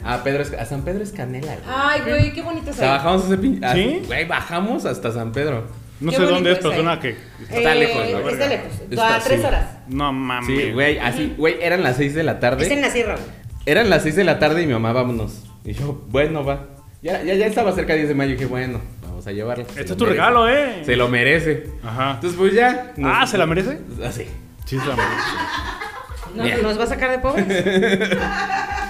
[SPEAKER 3] A, Pedro, Esca- a San Pedro Escanela. güey.
[SPEAKER 4] Ay, güey, qué bonito
[SPEAKER 3] O
[SPEAKER 4] es
[SPEAKER 3] sea,
[SPEAKER 4] ahí.
[SPEAKER 3] bajamos ese pin... a-
[SPEAKER 2] ¿Sí?
[SPEAKER 3] Güey, bajamos hasta San Pedro.
[SPEAKER 2] No
[SPEAKER 4] Qué
[SPEAKER 2] sé dónde es,
[SPEAKER 4] bonito es
[SPEAKER 2] persona
[SPEAKER 4] ahí.
[SPEAKER 2] que.
[SPEAKER 3] Está lejos, la
[SPEAKER 4] Está
[SPEAKER 3] verga.
[SPEAKER 4] lejos.
[SPEAKER 3] Está
[SPEAKER 4] a tres
[SPEAKER 3] así.
[SPEAKER 4] horas.
[SPEAKER 2] No mames.
[SPEAKER 3] Sí, güey, así, güey, eran las 6 de la tarde.
[SPEAKER 4] Es en la sierra, güey.
[SPEAKER 3] Eran las 6 de la tarde y mi mamá, vámonos. Y yo, bueno, va. Ya, ya, ya estaba cerca de 10 de mayo y dije, bueno, vamos a llevarla.
[SPEAKER 2] Este
[SPEAKER 3] Se lo
[SPEAKER 2] es tu
[SPEAKER 3] merece.
[SPEAKER 2] regalo, eh.
[SPEAKER 3] Se lo merece.
[SPEAKER 2] Ajá.
[SPEAKER 3] Entonces pues ya...
[SPEAKER 2] Ah, ¿se la merece?
[SPEAKER 3] Así.
[SPEAKER 2] Sí, se la merece.
[SPEAKER 4] No,
[SPEAKER 3] Bien.
[SPEAKER 4] nos va a sacar de pobres.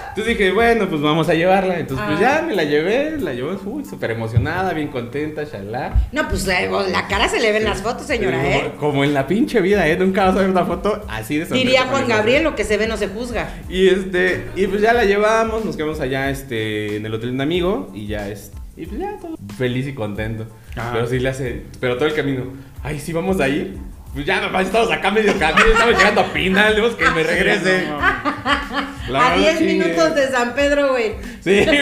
[SPEAKER 3] Entonces dije, bueno, pues vamos a llevarla. Entonces, pues
[SPEAKER 4] Ah.
[SPEAKER 3] ya me la llevé, la llevé, uy, súper emocionada, bien contenta, shalá.
[SPEAKER 4] No, pues la, la cara se le ven las fotos, señora,
[SPEAKER 3] Pero
[SPEAKER 4] ¿eh?
[SPEAKER 3] como- Como en la pinche vida, ¿eh? Nunca vas a ver una foto así de sonrisa
[SPEAKER 4] Diría
[SPEAKER 3] con
[SPEAKER 4] Juan
[SPEAKER 3] esa
[SPEAKER 4] Gabriel,
[SPEAKER 3] cara.
[SPEAKER 4] lo que se ve no se juzga.
[SPEAKER 3] Y este, y pues ya la llevamos, nos quedamos allá, este, en el hotel de un amigo, y ya, este, y pues ya todo feliz y contento.
[SPEAKER 2] Ah.
[SPEAKER 3] Pero sí le hace, pero todo el camino, ay, sí, vamos a ir. Pues ya, nomás estamos acá medio camino, estamos llegando a Pinal, tenemos que me regrese.
[SPEAKER 2] No mames.
[SPEAKER 3] La
[SPEAKER 4] Ah, a 10
[SPEAKER 3] chingue.
[SPEAKER 4] minutos de San Pedro, güey.
[SPEAKER 3] Sí, güey.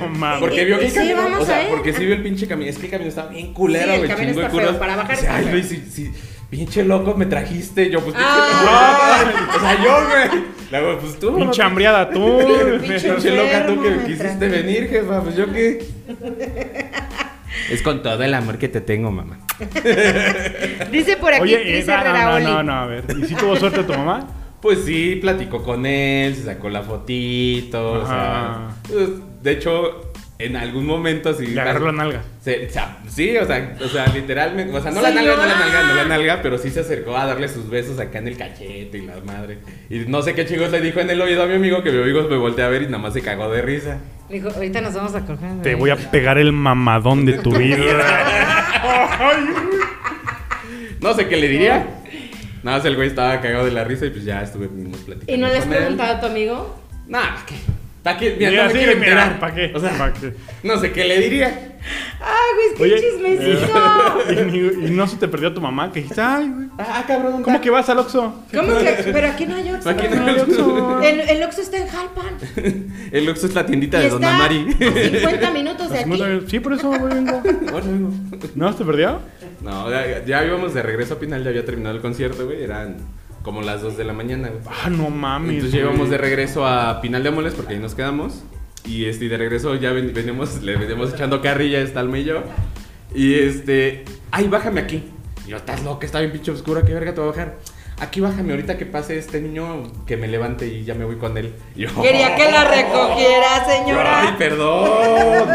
[SPEAKER 2] No mames.
[SPEAKER 3] Porque vio que el
[SPEAKER 4] Sí,
[SPEAKER 3] camino.
[SPEAKER 4] vamos
[SPEAKER 3] o
[SPEAKER 4] a
[SPEAKER 3] sea,
[SPEAKER 4] ir.
[SPEAKER 3] porque sí vio el pinche camino. Es que el camino está bien culero,
[SPEAKER 4] Sí, el
[SPEAKER 3] güey.
[SPEAKER 4] camino
[SPEAKER 3] chingo de
[SPEAKER 4] está feo,
[SPEAKER 3] curvas.
[SPEAKER 4] para bajar
[SPEAKER 3] Dice,
[SPEAKER 4] está
[SPEAKER 3] ay,
[SPEAKER 4] feo".
[SPEAKER 3] güey, sí, sí. Pinche loco, me trajiste. Yo, pues, pinche
[SPEAKER 4] Ah.
[SPEAKER 3] loco. O sea, yo, güey. Le hago, pues tú. mamá,
[SPEAKER 2] Pinche hambreada tú.
[SPEAKER 4] Pinche
[SPEAKER 3] Pinche loca, tú que
[SPEAKER 4] enfermo, me
[SPEAKER 3] quisiste
[SPEAKER 4] trajiste.
[SPEAKER 3] venir, jefa. Pues yo qué. Es con todo el amor que te tengo, mamá.
[SPEAKER 4] Dice por aquí
[SPEAKER 2] Oye, eh,
[SPEAKER 4] Cris
[SPEAKER 2] no,
[SPEAKER 4] Herrera
[SPEAKER 2] no,
[SPEAKER 4] Oli.
[SPEAKER 2] no, no, no, a ver. ¿Y si tuvo suerte tu mamá?
[SPEAKER 3] Pues sí, platicó con él, se sacó la
[SPEAKER 2] Ajá.
[SPEAKER 3] fotito. O sea, pues, de hecho, en algún momento así.
[SPEAKER 2] Le agarró la nalga.
[SPEAKER 3] Se- se- sí, o sea, o sea, literalmente, o sea, no la
[SPEAKER 4] Sí,
[SPEAKER 3] nalga, no la
[SPEAKER 4] ah.
[SPEAKER 3] nalga, no la nalga, pero sí se acercó a darle sus besos acá en el cachete y la madre. Y no sé qué chingos le dijo en el oído a mi amigo que mi amigo me volteé a ver y nada más se cagó de risa.
[SPEAKER 4] Le Dijo, ahorita nos vamos a coger.
[SPEAKER 2] Te voy a pegar el mamadón de tu vida.
[SPEAKER 3] No sé qué le diría. Nada más el güey estaba cagado de la risa y pues ya estuvimos platicando.
[SPEAKER 4] ¿Y no le has
[SPEAKER 3] con él.
[SPEAKER 4] preguntado a tu amigo?
[SPEAKER 3] Nah, ¿para qué? ¿Para qué? Mira,
[SPEAKER 2] Mira,
[SPEAKER 3] no me
[SPEAKER 2] sí,
[SPEAKER 3] quiero
[SPEAKER 2] mira,
[SPEAKER 3] enterar.
[SPEAKER 2] ¿pa' qué?
[SPEAKER 3] O sea,
[SPEAKER 2] ¿Pa' qué?
[SPEAKER 3] no sé qué le diría.
[SPEAKER 4] ¡Ay, güey,
[SPEAKER 2] Oye, eh,
[SPEAKER 4] qué chismecito!
[SPEAKER 3] eh.
[SPEAKER 2] y, ni- y no se te perdió tu mamá, que dijiste, ay, güey.
[SPEAKER 3] Ah, cabrón, ¿dónde
[SPEAKER 2] ¿Cómo que vas al Oxxo?
[SPEAKER 4] ¿Cómo que? Pero aquí no hay Oxxo.
[SPEAKER 3] Pues Aquí no hay
[SPEAKER 2] Oxxo.
[SPEAKER 4] El, el Oxxo está en Jalpan.
[SPEAKER 3] El Oxxo es la
[SPEAKER 4] Y
[SPEAKER 3] tiendita de Don
[SPEAKER 4] está a
[SPEAKER 3] Amari.
[SPEAKER 4] 50 minutos de aquí.
[SPEAKER 2] Sí, por eso güey, vengo.
[SPEAKER 3] Ahora vengo.
[SPEAKER 2] ¿No se te perdió?
[SPEAKER 3] No, ya, ya íbamos de regreso a Pinal, ya había terminado el concierto, güey. Eran como las 2 de la mañana, güey.
[SPEAKER 2] Ah, no mames.
[SPEAKER 3] Entonces
[SPEAKER 2] güey.
[SPEAKER 3] ya íbamos de regreso a Pinal de Amoles porque ahí nos quedamos. Y este, y de regreso ya ven- venimos, le venimos echando carrilla, está Alma y yo. Y este, ay, bájame aquí. Y yo, estás loca, está bien pinche oscura, qué verga te voy a bajar. Aquí bájame, ahorita que pase este niño, que me levante y ya me voy con él. Y yo,
[SPEAKER 4] Quería que la recogiera,
[SPEAKER 3] Ay,
[SPEAKER 4] señora.
[SPEAKER 3] perdón.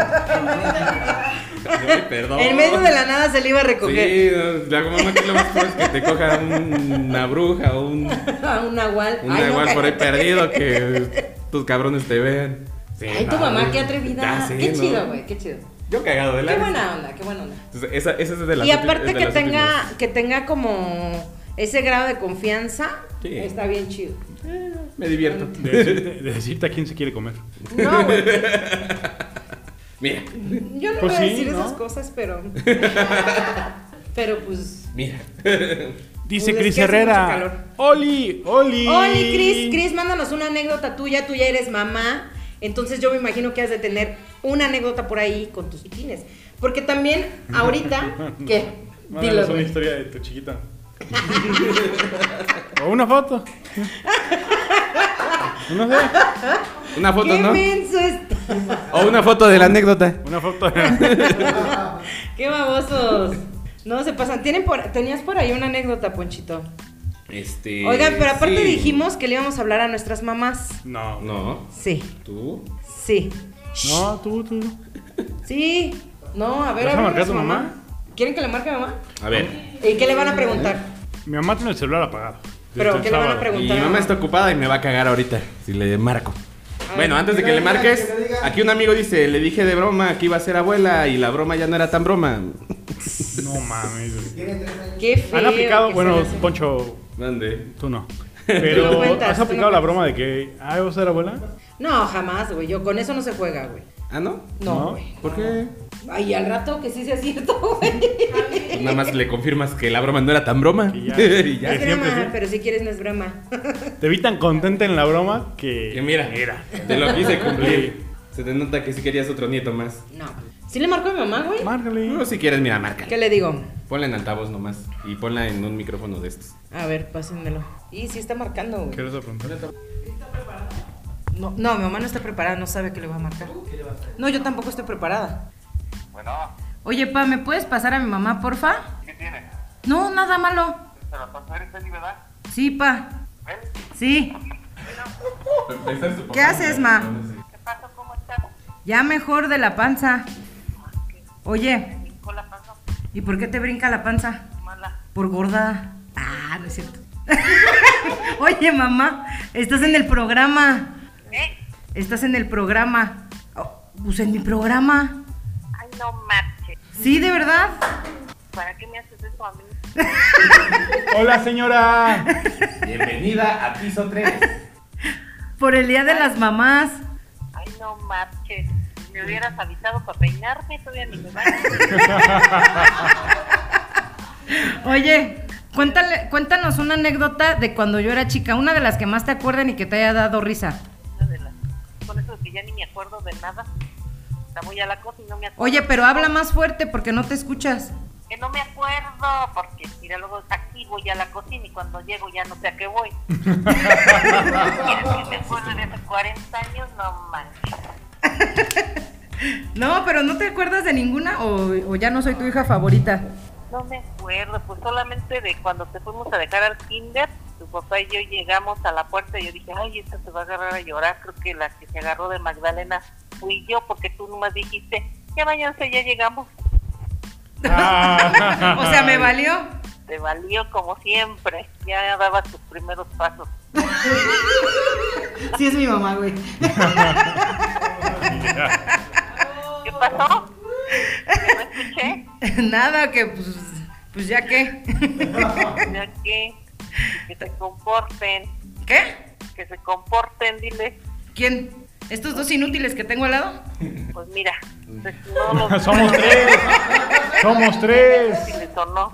[SPEAKER 3] Ay, perdón.
[SPEAKER 4] En medio de la nada se le iba a recoger.
[SPEAKER 3] Sí, no, la mamá que lo más probable es que te coja un- una bruja o un,
[SPEAKER 4] A un nahual.
[SPEAKER 3] un
[SPEAKER 4] Ay, no,
[SPEAKER 3] igual por ahí
[SPEAKER 4] cállate.
[SPEAKER 3] perdido que tus cabrones te vean. Sí,
[SPEAKER 4] Ay, tu
[SPEAKER 3] no,
[SPEAKER 4] mamá,
[SPEAKER 3] güey.
[SPEAKER 4] qué atrevida.
[SPEAKER 3] Ya sé,
[SPEAKER 4] Qué
[SPEAKER 3] ¿no?
[SPEAKER 4] chido, güey, qué chido.
[SPEAKER 3] Yo cagado de la
[SPEAKER 4] Qué
[SPEAKER 3] risa.
[SPEAKER 4] buena onda, qué buena onda.
[SPEAKER 3] Entonces, esa, esa es de las
[SPEAKER 4] Y
[SPEAKER 3] últimas-
[SPEAKER 4] aparte
[SPEAKER 3] es de
[SPEAKER 4] que
[SPEAKER 3] las
[SPEAKER 4] tenga, que tenga como ese grado de confianza,
[SPEAKER 3] Sí.
[SPEAKER 4] está bien chido.
[SPEAKER 3] últimas. Me divierto.
[SPEAKER 4] Mm.
[SPEAKER 2] De decirte, de decirte a quién se quiere comer.
[SPEAKER 4] No, güey.
[SPEAKER 3] Mira,
[SPEAKER 4] Yo no
[SPEAKER 2] Pues
[SPEAKER 4] voy a
[SPEAKER 2] sí,
[SPEAKER 4] decir
[SPEAKER 2] ¿no?
[SPEAKER 4] esas cosas, pero. pero pues.
[SPEAKER 3] mira.
[SPEAKER 2] Dice
[SPEAKER 4] Pues es
[SPEAKER 2] Cris
[SPEAKER 4] que hace
[SPEAKER 2] Herrera.
[SPEAKER 4] mucho calor.
[SPEAKER 2] Oli, Oli.
[SPEAKER 4] Oli, Cris, Cris, mándanos una anécdota tuya. Tú ya eres mamá. Entonces yo me imagino que has de tener una anécdota por ahí con tus chiquines. Porque también ahorita. ¿Qué? Dilo,
[SPEAKER 2] Mándanos una
[SPEAKER 4] güey.
[SPEAKER 2] historia de tu chiquita. o una foto. No sé.
[SPEAKER 3] Una foto,
[SPEAKER 4] Qué
[SPEAKER 3] ¿no?
[SPEAKER 4] menso está.
[SPEAKER 3] O una foto de la anécdota.
[SPEAKER 2] Una foto.
[SPEAKER 4] Qué babosos. No se pasan. Tienen por, tenías por ahí una anécdota, Ponchito.
[SPEAKER 3] Este.
[SPEAKER 4] Oigan, pero aparte
[SPEAKER 3] sí.
[SPEAKER 4] dijimos que le íbamos a hablar a nuestras mamás.
[SPEAKER 2] no. no.
[SPEAKER 3] No,
[SPEAKER 4] Sí,
[SPEAKER 3] tú.
[SPEAKER 4] sí.
[SPEAKER 2] No, tú, tú.
[SPEAKER 4] Sí. No, a ver,
[SPEAKER 2] ¿Vas a
[SPEAKER 4] ver
[SPEAKER 2] marcar a
[SPEAKER 4] su
[SPEAKER 2] tu mamá?
[SPEAKER 4] ¿Quieren que le marque a mamá?
[SPEAKER 3] A ver.
[SPEAKER 4] ¿Y qué le van a preguntar?
[SPEAKER 2] Mi mamá tiene el celular apagado. desde
[SPEAKER 4] ¿Pero
[SPEAKER 2] el
[SPEAKER 4] qué le van a
[SPEAKER 2] sábado.
[SPEAKER 3] Mi
[SPEAKER 4] preguntar?
[SPEAKER 3] mamá está ocupada y me va a cagar ahorita si le marco.
[SPEAKER 4] Ay,
[SPEAKER 3] Bueno, antes de
[SPEAKER 5] que no
[SPEAKER 3] que le
[SPEAKER 5] diga,
[SPEAKER 3] marques,
[SPEAKER 5] que no diga.
[SPEAKER 3] aquí un amigo dice, le dije de broma que iba a ser abuela y la broma ya no era tan broma.
[SPEAKER 2] No mames. güey.
[SPEAKER 4] Qué feo.
[SPEAKER 2] Han aplicado,
[SPEAKER 4] que
[SPEAKER 2] bueno,
[SPEAKER 4] suena así.
[SPEAKER 2] Poncho,
[SPEAKER 3] Mande.
[SPEAKER 2] tú no.
[SPEAKER 4] Tú no
[SPEAKER 2] Pero
[SPEAKER 4] cuentas,
[SPEAKER 2] has
[SPEAKER 4] tú no
[SPEAKER 2] aplicado la
[SPEAKER 4] cuentas.
[SPEAKER 2] broma de que, ay, ¿vas a ser abuela?
[SPEAKER 4] No, jamás, güey. Yo con eso no se juega, güey.
[SPEAKER 3] ¿Ah, no?
[SPEAKER 2] ¿No?
[SPEAKER 4] No, güey.
[SPEAKER 3] ¿Por qué?
[SPEAKER 4] Ay, al rato que sí sea cierto, güey.
[SPEAKER 3] Pues nada más le confirmas que la broma no era tan broma.
[SPEAKER 2] Y
[SPEAKER 3] Y
[SPEAKER 2] ya.
[SPEAKER 3] ya.
[SPEAKER 2] Ya,
[SPEAKER 4] Es
[SPEAKER 2] siempre,
[SPEAKER 4] broma,
[SPEAKER 2] sí.
[SPEAKER 4] pero si quieres no es broma.
[SPEAKER 2] Te vi tan contenta en la broma que.
[SPEAKER 3] Que mira, Te lo quise cumplir. Se te nota que si querías otro nieto más.
[SPEAKER 4] No. ¿Sí le marco a mi mamá, güey?
[SPEAKER 2] Márgale.
[SPEAKER 3] No, si quieres, mira, marca.
[SPEAKER 4] ¿Qué le digo?
[SPEAKER 3] Ponla en altavoz nomás. Y ponla en un micrófono de estos.
[SPEAKER 4] A ver, pásenmelo. Y sí está marcando, güey.
[SPEAKER 2] ¿Quieres preguntar?
[SPEAKER 4] No, no, mi mamá no está preparada, no sabe qué le va a marcar. No, yo tampoco estoy preparada.
[SPEAKER 6] Bueno,
[SPEAKER 4] Oye, pa, ¿me puedes pasar a mi mamá, porfa?
[SPEAKER 6] ¿qué tiene?
[SPEAKER 4] No, nada malo.
[SPEAKER 6] ¿Se la pasó? ¿Eres Eli, verdad?
[SPEAKER 4] Sí, pa.
[SPEAKER 6] ¿Ven?
[SPEAKER 4] Sí. ¿Qué haces, ma?
[SPEAKER 6] ¿Qué pasó? ¿Cómo estás?
[SPEAKER 4] Ya mejor de la panza. Oye,
[SPEAKER 6] ¿Con la pasó?
[SPEAKER 4] ¿y por qué te brinca la panza?
[SPEAKER 6] Mala.
[SPEAKER 4] Por gorda. Ah, no es cierto. Oye, mamá, estás en el programa.
[SPEAKER 6] ¿Eh?
[SPEAKER 4] Estás en el programa. Oh, pues en mi programa.
[SPEAKER 6] Ay, no marches.
[SPEAKER 4] Sí, de verdad.
[SPEAKER 6] ¿Para qué me haces eso a mí?
[SPEAKER 2] Hola, señora.
[SPEAKER 3] Bienvenida a piso 3.
[SPEAKER 4] Por el Día de las Mamás.
[SPEAKER 6] Ay, no marches. Me hubieras avisado para peinarme, todavía ni me vas.
[SPEAKER 4] Oye, cuéntale, cuéntanos una anécdota de cuando yo era chica, una de las que más te acuerden y que te haya dado risa.
[SPEAKER 6] Una de las- Con eso de que ya ni me acuerdo de nada. La voy a la cosa y no me acuerdo.
[SPEAKER 4] Oye, pero habla más fuerte porque no te escuchas.
[SPEAKER 6] Que no me acuerdo, porque mira, luego aquí voy a la cocina y cuando llego ya no sé a qué voy. ¿Quieres que me acuerde de hace 40 años? No manches.
[SPEAKER 4] No, pero no te acuerdas de ninguna o, o ya no soy tu hija favorita.
[SPEAKER 6] No me acuerdo, pues solamente de cuando te fuimos a dejar al kinder, tu papá y yo llegamos a la puerta y yo dije, ay, esta se va a agarrar a llorar, creo que la que se agarró de Magdalena fui yo, porque tú nomás dijiste, ya váyanse, ya llegamos.
[SPEAKER 2] Ah.
[SPEAKER 4] O sea, me valió.
[SPEAKER 6] Te valió como siempre, ya daba tus primeros pasos.
[SPEAKER 4] Sí, es mi mamá, güey.
[SPEAKER 6] ¿Qué pasó? ¿Que no escuché?
[SPEAKER 4] Nada, que pues, pues ya qué.
[SPEAKER 6] Ya que, que se comporten,
[SPEAKER 4] ¿Qué?
[SPEAKER 6] que se comporten, dile.
[SPEAKER 4] ¿Quién? ¿Estos dos inútiles que tengo al lado?
[SPEAKER 6] Pues mira, pues no los-
[SPEAKER 2] Somos tres. Somos tres.
[SPEAKER 6] Si les sonó,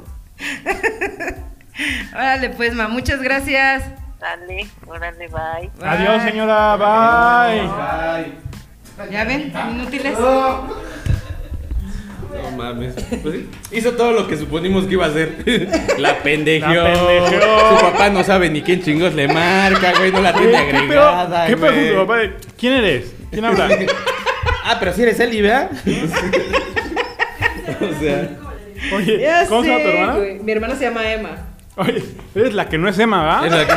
[SPEAKER 4] Órale, pues, ma, muchas gracias.
[SPEAKER 6] dale, órale, bye.
[SPEAKER 4] Bye.
[SPEAKER 2] Adiós, señora. Bye.
[SPEAKER 3] Ay.
[SPEAKER 4] ¿Ya ven? Inútiles.
[SPEAKER 3] No mames. Pues sí, hizo todo lo que suponimos que iba a hacer. La pendejeó.
[SPEAKER 2] La pendejeó.
[SPEAKER 3] Su papá no sabe ni quién chingos le marca, güey. No la tiene
[SPEAKER 2] Oye, ¿Qué pedo?
[SPEAKER 3] agregada.
[SPEAKER 2] ¿Qué pedo con tu
[SPEAKER 3] güey.
[SPEAKER 2] papá? de, ¿Quién eres? ¿Quién habla?
[SPEAKER 3] Ah, pero si eres Eli, ¿verdad? o sea,
[SPEAKER 2] Oye, ¿cómo se llama tu hermana?
[SPEAKER 4] Mi hermana se llama Emma.
[SPEAKER 2] Oye, eres la que no es Emma, ¿va?
[SPEAKER 3] es la que-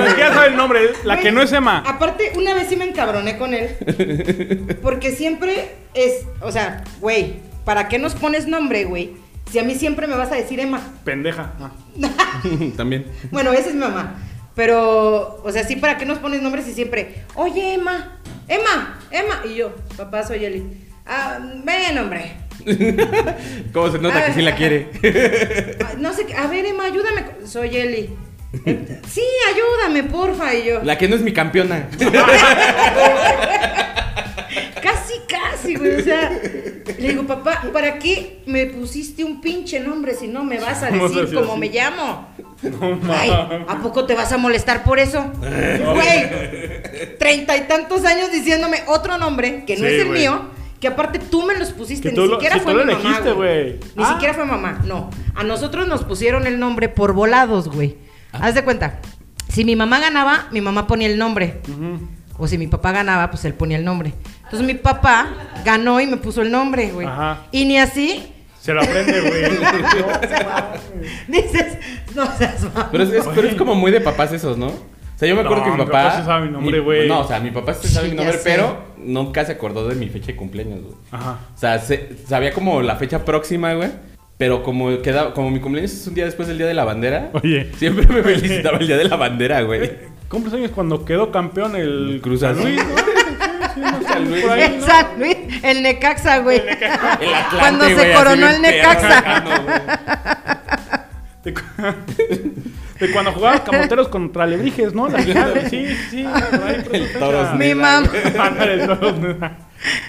[SPEAKER 2] La que ya sabe el nombre, es la que no es Emma.
[SPEAKER 4] Aparte, una vez sí me encabroné con él. Porque siempre es, o sea, güey, ¿para qué nos pones nombre, güey? Si a mí siempre me vas a decir Emma.
[SPEAKER 2] Pendeja.
[SPEAKER 3] También.
[SPEAKER 4] Bueno, esa es mi mamá. Pero, o sea, sí, ¿para qué nos pones nombres y siempre, oye, Emma, Emma, Emma? Y yo, papá, soy Eli. Ah, ven, hombre.
[SPEAKER 3] ¿Cómo se nota que sí la quiere?
[SPEAKER 4] Ah, No sé, qué- a ver, Emma, ayúdame. con- Soy Eli. Eh, Sí, ayúdame, porfa. Y yo,
[SPEAKER 3] La que no es mi campeona.
[SPEAKER 4] casi, casi, güey. O sea, le digo, papá, ¿para qué me pusiste un pinche nombre si no me vas a
[SPEAKER 2] Vamos a
[SPEAKER 4] decir
[SPEAKER 2] decir
[SPEAKER 4] cómo
[SPEAKER 2] así.
[SPEAKER 4] me llamo?
[SPEAKER 2] No Eh.
[SPEAKER 4] Ay,
[SPEAKER 2] mames.
[SPEAKER 4] ¿a poco te vas a molestar por eso? Güey, treinta y tantos años diciéndome otro nombre que no
[SPEAKER 2] Sí,
[SPEAKER 4] es el
[SPEAKER 2] güey.
[SPEAKER 4] mío, que aparte tú me los pusiste,
[SPEAKER 2] Que
[SPEAKER 4] ni
[SPEAKER 2] tú lo-
[SPEAKER 4] siquiera
[SPEAKER 2] si
[SPEAKER 4] fue
[SPEAKER 2] tú lo
[SPEAKER 4] mi mamá,
[SPEAKER 2] elegiste, güey.
[SPEAKER 4] Ni
[SPEAKER 2] Ah.
[SPEAKER 4] siquiera fue mamá, no. A nosotros nos pusieron el nombre por volados, güey.
[SPEAKER 2] Ah.
[SPEAKER 4] Haz de cuenta, si mi mamá ganaba, mi mamá ponía el nombre. O si mi papá ganaba, pues él ponía el nombre. Entonces mi papá ganó y me puso el nombre, güey.
[SPEAKER 2] Ajá.
[SPEAKER 4] Y ni así
[SPEAKER 2] Se lo aprende, güey.
[SPEAKER 4] dices, no seas mamá.
[SPEAKER 3] Pero es, es- pero es como muy de papás esos, ¿no? O sea, yo me acuerdo
[SPEAKER 2] No,
[SPEAKER 3] que mi
[SPEAKER 2] mi
[SPEAKER 3] papá.
[SPEAKER 2] papá sí sabe mi nombre, güey.
[SPEAKER 3] No, o sea, mi papá sí sabe
[SPEAKER 4] Sí,
[SPEAKER 3] mi
[SPEAKER 4] ya
[SPEAKER 3] nombre,
[SPEAKER 4] sé.
[SPEAKER 3] pero nunca se acordó de mi fecha de cumpleaños, güey.
[SPEAKER 2] Ajá.
[SPEAKER 3] O sea, se- sabía como la fecha próxima, güey. Pero como queda, como mi cumpleaños es un día después del día de la bandera,
[SPEAKER 2] Oye.
[SPEAKER 3] siempre me felicitaba el día de la bandera, güey.
[SPEAKER 2] ¿Cuántos años cuando quedó campeón el
[SPEAKER 3] Cruz Azul.
[SPEAKER 2] San Luis, ¿no?
[SPEAKER 3] San Luis.
[SPEAKER 2] Por ahí,
[SPEAKER 4] El
[SPEAKER 2] ¿no?
[SPEAKER 4] San Luis, el Necaxa, güey.
[SPEAKER 2] El Necaxa.
[SPEAKER 3] El Atlante,
[SPEAKER 4] Cuando se
[SPEAKER 3] güey, así
[SPEAKER 4] coronó
[SPEAKER 3] bien
[SPEAKER 4] el
[SPEAKER 3] perro,
[SPEAKER 4] Necaxa.
[SPEAKER 3] bajando, güey. Ah,
[SPEAKER 2] De, cu- de cuando jugaban camoteros contra lebrijes, ¿no? La final, sí, sí. por ahí, por
[SPEAKER 3] El
[SPEAKER 2] esa
[SPEAKER 3] Toros
[SPEAKER 2] fecha.
[SPEAKER 4] Mi mamá,
[SPEAKER 2] Ándale, el Toros Nela.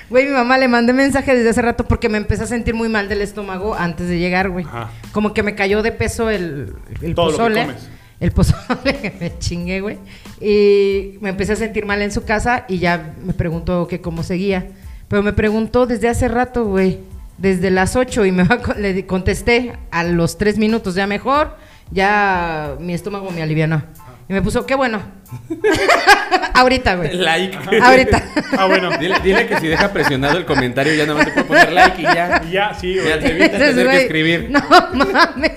[SPEAKER 4] güey, mi mamá le mandé mensaje desde hace rato porque me empecé a sentir muy mal del estómago antes de llegar, güey.
[SPEAKER 2] Ajá.
[SPEAKER 4] Como que me cayó de peso el, el
[SPEAKER 2] Todo lo que
[SPEAKER 4] pozole.
[SPEAKER 2] comes.
[SPEAKER 4] El pozole que me chingué, güey. Y me empecé a sentir mal en su casa y ya me preguntó que cómo seguía. Pero me preguntó desde hace rato, güey. Desde las 8 y me va con- le di- contesté a los 3 minutos, ya mejor. Ya mi estómago me alivianó. Y me puso, qué bueno. Ahorita, güey.
[SPEAKER 3] Like.
[SPEAKER 4] Ahorita.
[SPEAKER 2] Ah, bueno.
[SPEAKER 3] Dile, dile que si deja presionado el comentario, ya nada más te puedo poner like y ya.
[SPEAKER 2] Y ya, sí,
[SPEAKER 3] Ya te
[SPEAKER 2] güey.
[SPEAKER 3] evitas
[SPEAKER 4] Ese es,
[SPEAKER 3] tener que
[SPEAKER 4] güey.
[SPEAKER 3] escribir.
[SPEAKER 4] No mames.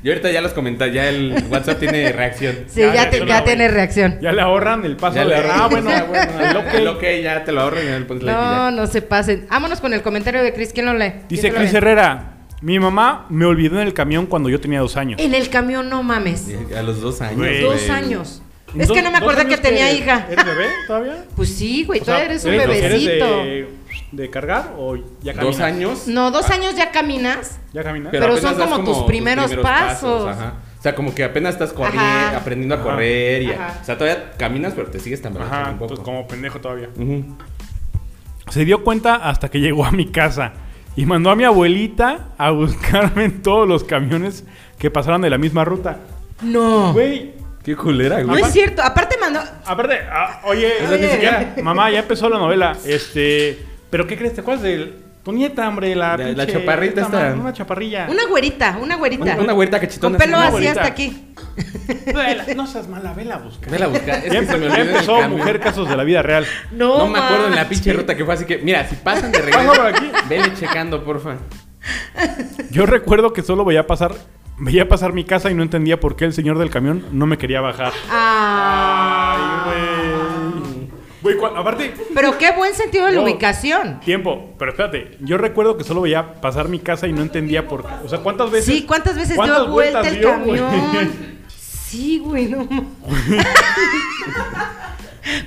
[SPEAKER 3] Y ahorita ya los comentarios, ya el WhatsApp tiene reacción.
[SPEAKER 4] Sí,
[SPEAKER 2] Ya,
[SPEAKER 4] ya,
[SPEAKER 2] ya
[SPEAKER 4] te-
[SPEAKER 2] no,
[SPEAKER 4] ya
[SPEAKER 2] güey.
[SPEAKER 4] tiene reacción.
[SPEAKER 2] Ya le ahorran el paso
[SPEAKER 3] Ya
[SPEAKER 2] de.
[SPEAKER 3] le ahorras.
[SPEAKER 2] Ah, bueno,
[SPEAKER 3] Ya,
[SPEAKER 2] bueno. el ok.
[SPEAKER 3] El ok, ya te lo ahorro y ya le pones like. y ya.
[SPEAKER 4] No, no se pasen. Vámonos con el comentario de Cris. ¿Quién lo lee? ¿Quién
[SPEAKER 2] Dice
[SPEAKER 4] se lo
[SPEAKER 2] Cris
[SPEAKER 4] lee?
[SPEAKER 2] Herrera. Mi mamá me olvidó en el camión cuando yo tenía dos años.
[SPEAKER 4] En el camión, no mames.
[SPEAKER 3] Y A los dos años.
[SPEAKER 2] Güey.
[SPEAKER 4] Dos
[SPEAKER 3] güey.
[SPEAKER 4] años. Es que no me acuerdo que
[SPEAKER 2] acuerdo
[SPEAKER 4] tenía hija.
[SPEAKER 2] ¿Eres bebé todavía?
[SPEAKER 4] Pues sí, güey,
[SPEAKER 2] O sea,
[SPEAKER 4] todavía eres un
[SPEAKER 2] ¿eres- eres
[SPEAKER 4] bebecito.
[SPEAKER 2] de, de cargar o ya caminas?
[SPEAKER 3] Dos años.
[SPEAKER 4] No, dos años ya caminas.
[SPEAKER 2] ¿Ya caminas?
[SPEAKER 4] Pero son
[SPEAKER 3] apenas das
[SPEAKER 4] como tus primeros pasos.
[SPEAKER 3] ajá. O sea, como que apenas estás corriendo,
[SPEAKER 4] Ajá.
[SPEAKER 3] aprendiendo a
[SPEAKER 2] Ajá.
[SPEAKER 3] correr. Y,
[SPEAKER 4] Ajá.
[SPEAKER 3] O sea, todavía caminas, pero te sigues tambaleando
[SPEAKER 2] Ajá,
[SPEAKER 3] un poco.
[SPEAKER 2] entonces como pendejo todavía.
[SPEAKER 3] Ujú.
[SPEAKER 2] Se dio cuenta hasta que llegó a mi casa y mandó a mi abuelita a buscarme en todos los camiones que pasaran de la misma ruta.
[SPEAKER 4] No.
[SPEAKER 2] Güey,
[SPEAKER 3] Qué culera,
[SPEAKER 4] No
[SPEAKER 3] güey.
[SPEAKER 4] es cierto. Aparte mandó.
[SPEAKER 2] aparte, ah, oye,
[SPEAKER 4] O sea, ni
[SPEAKER 2] oye,
[SPEAKER 4] siquiera-
[SPEAKER 2] mamá, ya empezó la novela. Este, pero ¿qué crees? ¿Te acuerdas de tu nieta, hombre? La,
[SPEAKER 3] La- la
[SPEAKER 2] pinche-
[SPEAKER 3] chaparrita
[SPEAKER 2] esta ma-
[SPEAKER 3] esta.
[SPEAKER 2] Una chaparrilla.
[SPEAKER 4] Una güerita, una güerita.
[SPEAKER 3] Una- una güerita cachetona,
[SPEAKER 4] Con pelo
[SPEAKER 3] sí, una
[SPEAKER 4] así
[SPEAKER 2] güerita.
[SPEAKER 4] hasta aquí.
[SPEAKER 2] Vela, no seas mala, vela a buscar.
[SPEAKER 3] Vela a buscar. Es
[SPEAKER 2] Ya
[SPEAKER 3] que se me
[SPEAKER 2] empe-
[SPEAKER 3] olvidó
[SPEAKER 2] ya
[SPEAKER 3] en el
[SPEAKER 2] empezó
[SPEAKER 3] cambio.
[SPEAKER 2] Mujer Casos de la Vida Real.
[SPEAKER 4] No,
[SPEAKER 3] No me acuerdo en la
[SPEAKER 4] manches.
[SPEAKER 3] pinche ruta que fue, así que mira, si pasan de
[SPEAKER 2] Pasa por
[SPEAKER 3] regreso,
[SPEAKER 2] aquí.
[SPEAKER 3] vele checando, porfa.
[SPEAKER 2] Yo recuerdo que solo veía pasar, veía pasar mi casa y no entendía por qué el señor del camión no me quería bajar.
[SPEAKER 4] Ah.
[SPEAKER 2] Ay, güey. Güey, cua- aparte,
[SPEAKER 4] Pero qué buen sentido de la
[SPEAKER 2] No.
[SPEAKER 4] ubicación.
[SPEAKER 2] tiempo, pero espérate, yo recuerdo que solo veía pasar mi casa y no entendía por qué. O sea, ¿cuántas veces?
[SPEAKER 4] Sí, ¿cuántas veces
[SPEAKER 2] cuántas
[SPEAKER 4] dio vuelta
[SPEAKER 2] vueltas
[SPEAKER 4] el
[SPEAKER 2] dio, güey?
[SPEAKER 4] camión? Sí, güey, no mames.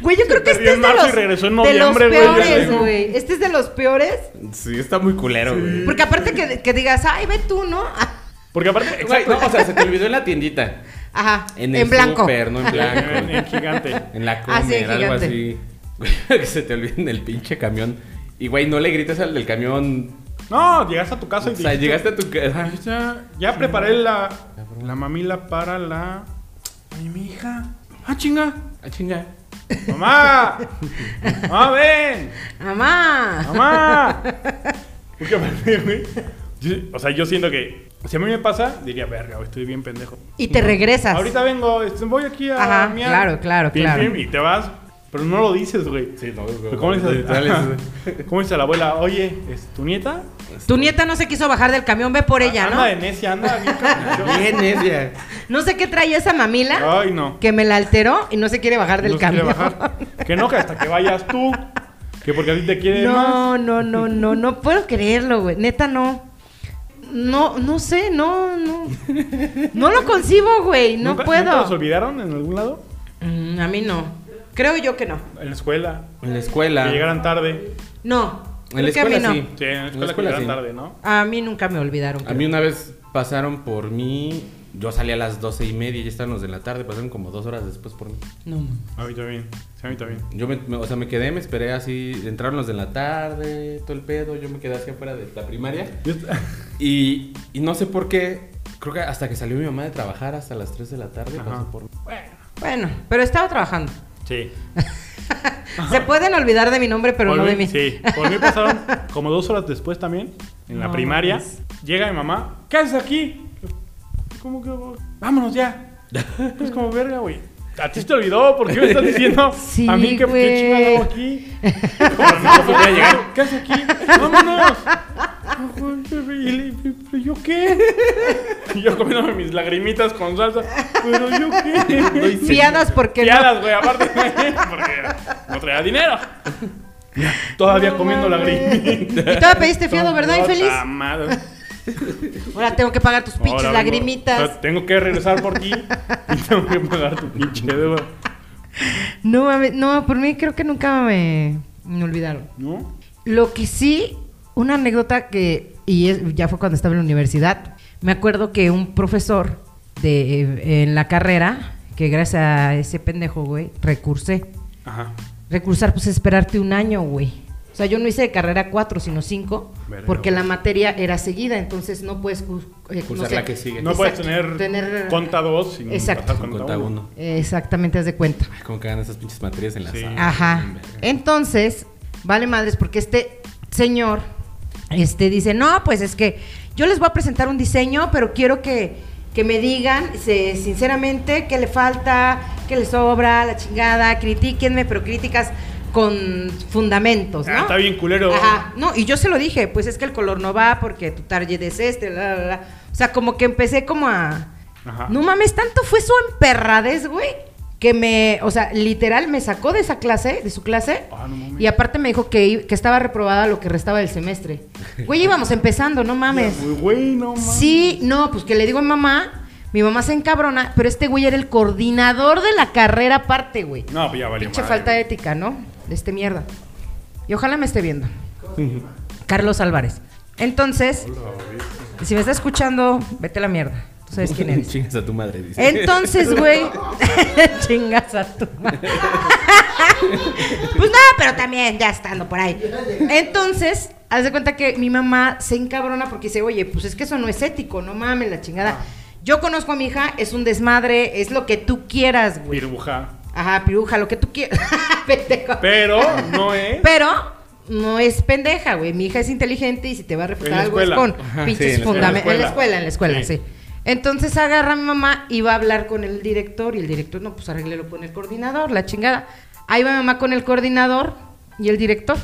[SPEAKER 4] Güey, yo creo que
[SPEAKER 2] perdió
[SPEAKER 4] este
[SPEAKER 2] en
[SPEAKER 4] es de
[SPEAKER 2] marzo y
[SPEAKER 4] los,
[SPEAKER 2] regresó en
[SPEAKER 4] de los
[SPEAKER 2] noviembre, güey, ya
[SPEAKER 4] peores,
[SPEAKER 2] sé.
[SPEAKER 4] güey. Este es de los peores.
[SPEAKER 3] Sí, está muy culero, güey.
[SPEAKER 4] Porque aparte que, que digas, ay, ve tú, ¿no?
[SPEAKER 2] Porque aparte,
[SPEAKER 3] Güey,
[SPEAKER 2] exacto.
[SPEAKER 3] no, o sea, se te olvidó en la tiendita.
[SPEAKER 4] Ajá,
[SPEAKER 3] En,
[SPEAKER 4] en,
[SPEAKER 3] el
[SPEAKER 4] blanco.
[SPEAKER 3] súper, no en blanco.
[SPEAKER 2] En, en gigante.
[SPEAKER 3] En la comer,
[SPEAKER 4] Ah, sí,
[SPEAKER 3] algo
[SPEAKER 4] gigante.
[SPEAKER 3] así. Güey, que se te olvide en el pinche camión. Y güey, no le grites al del camión.
[SPEAKER 2] No, llegaste a tu casa y
[SPEAKER 3] O sea,
[SPEAKER 2] dijiste,
[SPEAKER 3] llegaste a tu Ah, casa.
[SPEAKER 2] "Ay, Ya, ya preparé la, la mamila para la. Ay, mi hija. Ah, chinga.
[SPEAKER 3] Ah, chinga.
[SPEAKER 2] ¡Mamá! ¡Mamá, ven!
[SPEAKER 4] Mamá.
[SPEAKER 2] ¡Mamá! Porque aparte, güey. yo- O sea, yo siento que. Si a mí me pasa, diría, verga, güey, estoy bien pendejo.
[SPEAKER 4] Y te regresas.
[SPEAKER 2] Ahorita vengo, este, voy aquí a.
[SPEAKER 4] Ajá, claro, claro,
[SPEAKER 2] Pim,
[SPEAKER 4] claro.
[SPEAKER 2] pim, Y te vas, pero no lo dices, güey.
[SPEAKER 3] Sí, no, güey.
[SPEAKER 2] Pero ¿Cómo le dices?
[SPEAKER 3] Literal, es-
[SPEAKER 2] ¿Cómo dice la abuela? Oye, ¿es tu nieta?
[SPEAKER 4] Tu nieta no se quiso bajar del camión, ve por ella,
[SPEAKER 2] Anda de
[SPEAKER 4] ¿no?
[SPEAKER 2] necia, anda bien caprichosa.
[SPEAKER 3] Bien, necia.
[SPEAKER 4] No sé qué traía esa mamila
[SPEAKER 2] Ay, no.
[SPEAKER 4] que me la alteró y no se quiere bajar del
[SPEAKER 2] No se quiere
[SPEAKER 4] camión.
[SPEAKER 2] bajar. Que no, que hasta que vayas tú. Que porque a ti te quiere
[SPEAKER 4] No,
[SPEAKER 2] más.
[SPEAKER 4] no, no, no, no puedo creerlo, güey. Neta, no. No, no sé, no, no. No lo concibo, güey. No
[SPEAKER 2] ¿Nunca- ¿Nunca los
[SPEAKER 4] puedo.
[SPEAKER 2] olvidaron en algún lado?
[SPEAKER 4] Mm, a mí no. Creo yo que no.
[SPEAKER 2] En la escuela.
[SPEAKER 3] En la
[SPEAKER 2] Que
[SPEAKER 3] escuela.
[SPEAKER 2] llegaran tarde.
[SPEAKER 4] No.
[SPEAKER 3] En la
[SPEAKER 4] creo que a mí
[SPEAKER 3] escuela
[SPEAKER 4] no.
[SPEAKER 3] sí.
[SPEAKER 2] Sí, en la escuela,
[SPEAKER 3] En la
[SPEAKER 2] que
[SPEAKER 3] escuela,
[SPEAKER 2] llegaran
[SPEAKER 3] sí.
[SPEAKER 2] tarde, ¿no?
[SPEAKER 4] A mí nunca me olvidaron.
[SPEAKER 3] A mí una vez pasaron por mí. Yo salí a las doce y media, ya están los de la tarde, pasaron como dos horas después por mí.
[SPEAKER 4] No. ma.
[SPEAKER 2] A mí también. Sí, a mí también.
[SPEAKER 3] Yo me, me- o sea, me quedé, me esperé así, entraron los de la tarde, todo el pedo, yo me quedé así afuera de la primaria.
[SPEAKER 2] Yo est-
[SPEAKER 3] Y, y no sé por qué, creo que hasta que salió mi mamá de trabajar hasta las 3 de la tarde,
[SPEAKER 2] Ajá.
[SPEAKER 3] pasó por mí.
[SPEAKER 4] Bueno, pero estaba trabajando.
[SPEAKER 2] Sí.
[SPEAKER 4] Se pueden olvidar de mi nombre, pero
[SPEAKER 2] Por
[SPEAKER 4] no de mí.
[SPEAKER 2] Sí, por mí pasaron como dos horas después también, en la
[SPEAKER 4] No
[SPEAKER 2] primaria.
[SPEAKER 4] mames.
[SPEAKER 2] Llega mi mamá, ¿qué haces aquí? ¿Cómo que? voy? Vámonos ya. Es como verga, güey. A ti se te olvidó, ¿por qué me estás diciendo
[SPEAKER 4] Sí,
[SPEAKER 2] a mí que qué
[SPEAKER 4] güey.
[SPEAKER 2] chingado hago aquí? Como si no pudiera llegar. ¿Qué haces aquí? ¡Vámonos! Y le- ¿Pero yo qué? Y yo comiéndome mis lagrimitas con salsa. ¿Pero yo qué?
[SPEAKER 4] Fiadas porque no.
[SPEAKER 2] Fiadas, güey, aparte. Porque no traía dinero. Todavía
[SPEAKER 4] No
[SPEAKER 2] comiendo la
[SPEAKER 4] mames.
[SPEAKER 2] gris.
[SPEAKER 4] Y todavía pediste fiado, ¿verdad, infeliz? Ahora tengo que pagar tus pinches lagrimitas.
[SPEAKER 2] tengo que regresar por ti y tengo que pagar tu pinche deuda.
[SPEAKER 4] No mames, no, por mí creo que nunca me, me olvidaron.
[SPEAKER 2] ¿No?
[SPEAKER 4] Lo que sí, una anécdota que, y es- ya fue cuando estaba en la universidad, me acuerdo que un profesor de, en la carrera, que gracias a ese pendejo, güey, recursé.
[SPEAKER 2] Ajá.
[SPEAKER 4] Recursar, pues esperarte un año, güey. O sea, yo no hice de carrera cuatro, sino cinco,
[SPEAKER 2] Verga,
[SPEAKER 4] porque
[SPEAKER 2] güey.
[SPEAKER 4] la materia era seguida, entonces no puedes... cus- eh,
[SPEAKER 3] Cursar la que sigue.
[SPEAKER 2] No
[SPEAKER 4] Exacto,
[SPEAKER 2] puedes tener, conta 2 sin
[SPEAKER 4] Exacto.
[SPEAKER 2] pasar
[SPEAKER 3] Con
[SPEAKER 2] conta
[SPEAKER 3] conta
[SPEAKER 2] uno.
[SPEAKER 3] uno.
[SPEAKER 4] Eh, Exactamente, haz de cuenta.
[SPEAKER 3] Ay, cómo cagan esas pinches materias en la
[SPEAKER 2] Sí.
[SPEAKER 3] sala.
[SPEAKER 4] Ajá. Entonces, vale madres, porque este señor este, dice, no, pues es que yo les voy a presentar un diseño, pero quiero que, que me digan se- sinceramente qué le falta, qué le sobra, la chingada, critíquenme, pero críticas con fundamentos, ¿no?
[SPEAKER 2] Ah, está bien culero.
[SPEAKER 4] Ajá. No, y yo se lo dije, pues es que el color no va porque tu target es este, la, la, la. O sea, como que empecé como a...
[SPEAKER 2] Ajá.
[SPEAKER 4] No mames, tanto fue su emperradez, güey, que me, o sea, literal me sacó de esa clase, de su clase.
[SPEAKER 2] Ah, no mames.
[SPEAKER 4] y aparte me dijo que, i- que estaba reprobada lo que restaba del semestre. Güey, íbamos empezando, no mames.
[SPEAKER 2] Uy, güey, no mames.
[SPEAKER 4] Sí, no, pues que le digo a mamá, mi mamá se encabrona, pero este güey era el coordinador de la carrera aparte, güey.
[SPEAKER 2] No, pues ya valió
[SPEAKER 4] Pinche
[SPEAKER 2] madre.
[SPEAKER 4] falta de ética, ¿no? De este mierda. Y ojalá me esté viendo. Carlos Álvarez. Entonces, si me está escuchando, vete a la mierda. Tú sabes quién eres.
[SPEAKER 3] Chingas a tu madre, dice.
[SPEAKER 4] Entonces, güey, chingas a tu madre. pues no, pero también ya estando por ahí. Entonces, haz de cuenta que mi mamá se encabrona porque dice, oye, pues es que eso no es ético, no mames la chingada. Yo conozco a mi hija, es un desmadre, es lo que tú quieras, güey.
[SPEAKER 2] Piruja.
[SPEAKER 4] Ajá, piruja, lo que tú quieras. Pendejo.
[SPEAKER 2] Pero no es.
[SPEAKER 4] Pero no es pendeja, güey. Mi hija es inteligente y si te va a
[SPEAKER 2] En
[SPEAKER 4] refutar
[SPEAKER 2] la
[SPEAKER 4] algo es
[SPEAKER 2] escuela.
[SPEAKER 4] con
[SPEAKER 3] Ajá,
[SPEAKER 4] pinches
[SPEAKER 3] sí, en la escuela.
[SPEAKER 4] fundamentos. En la escuela, en la escuela,
[SPEAKER 2] Sí.
[SPEAKER 4] sí. Entonces agarra a mi mamá y va a hablar con el director y el director, no, pues arréglelo con el coordinador, la chingada. Ahí va mi mamá con el coordinador y el director.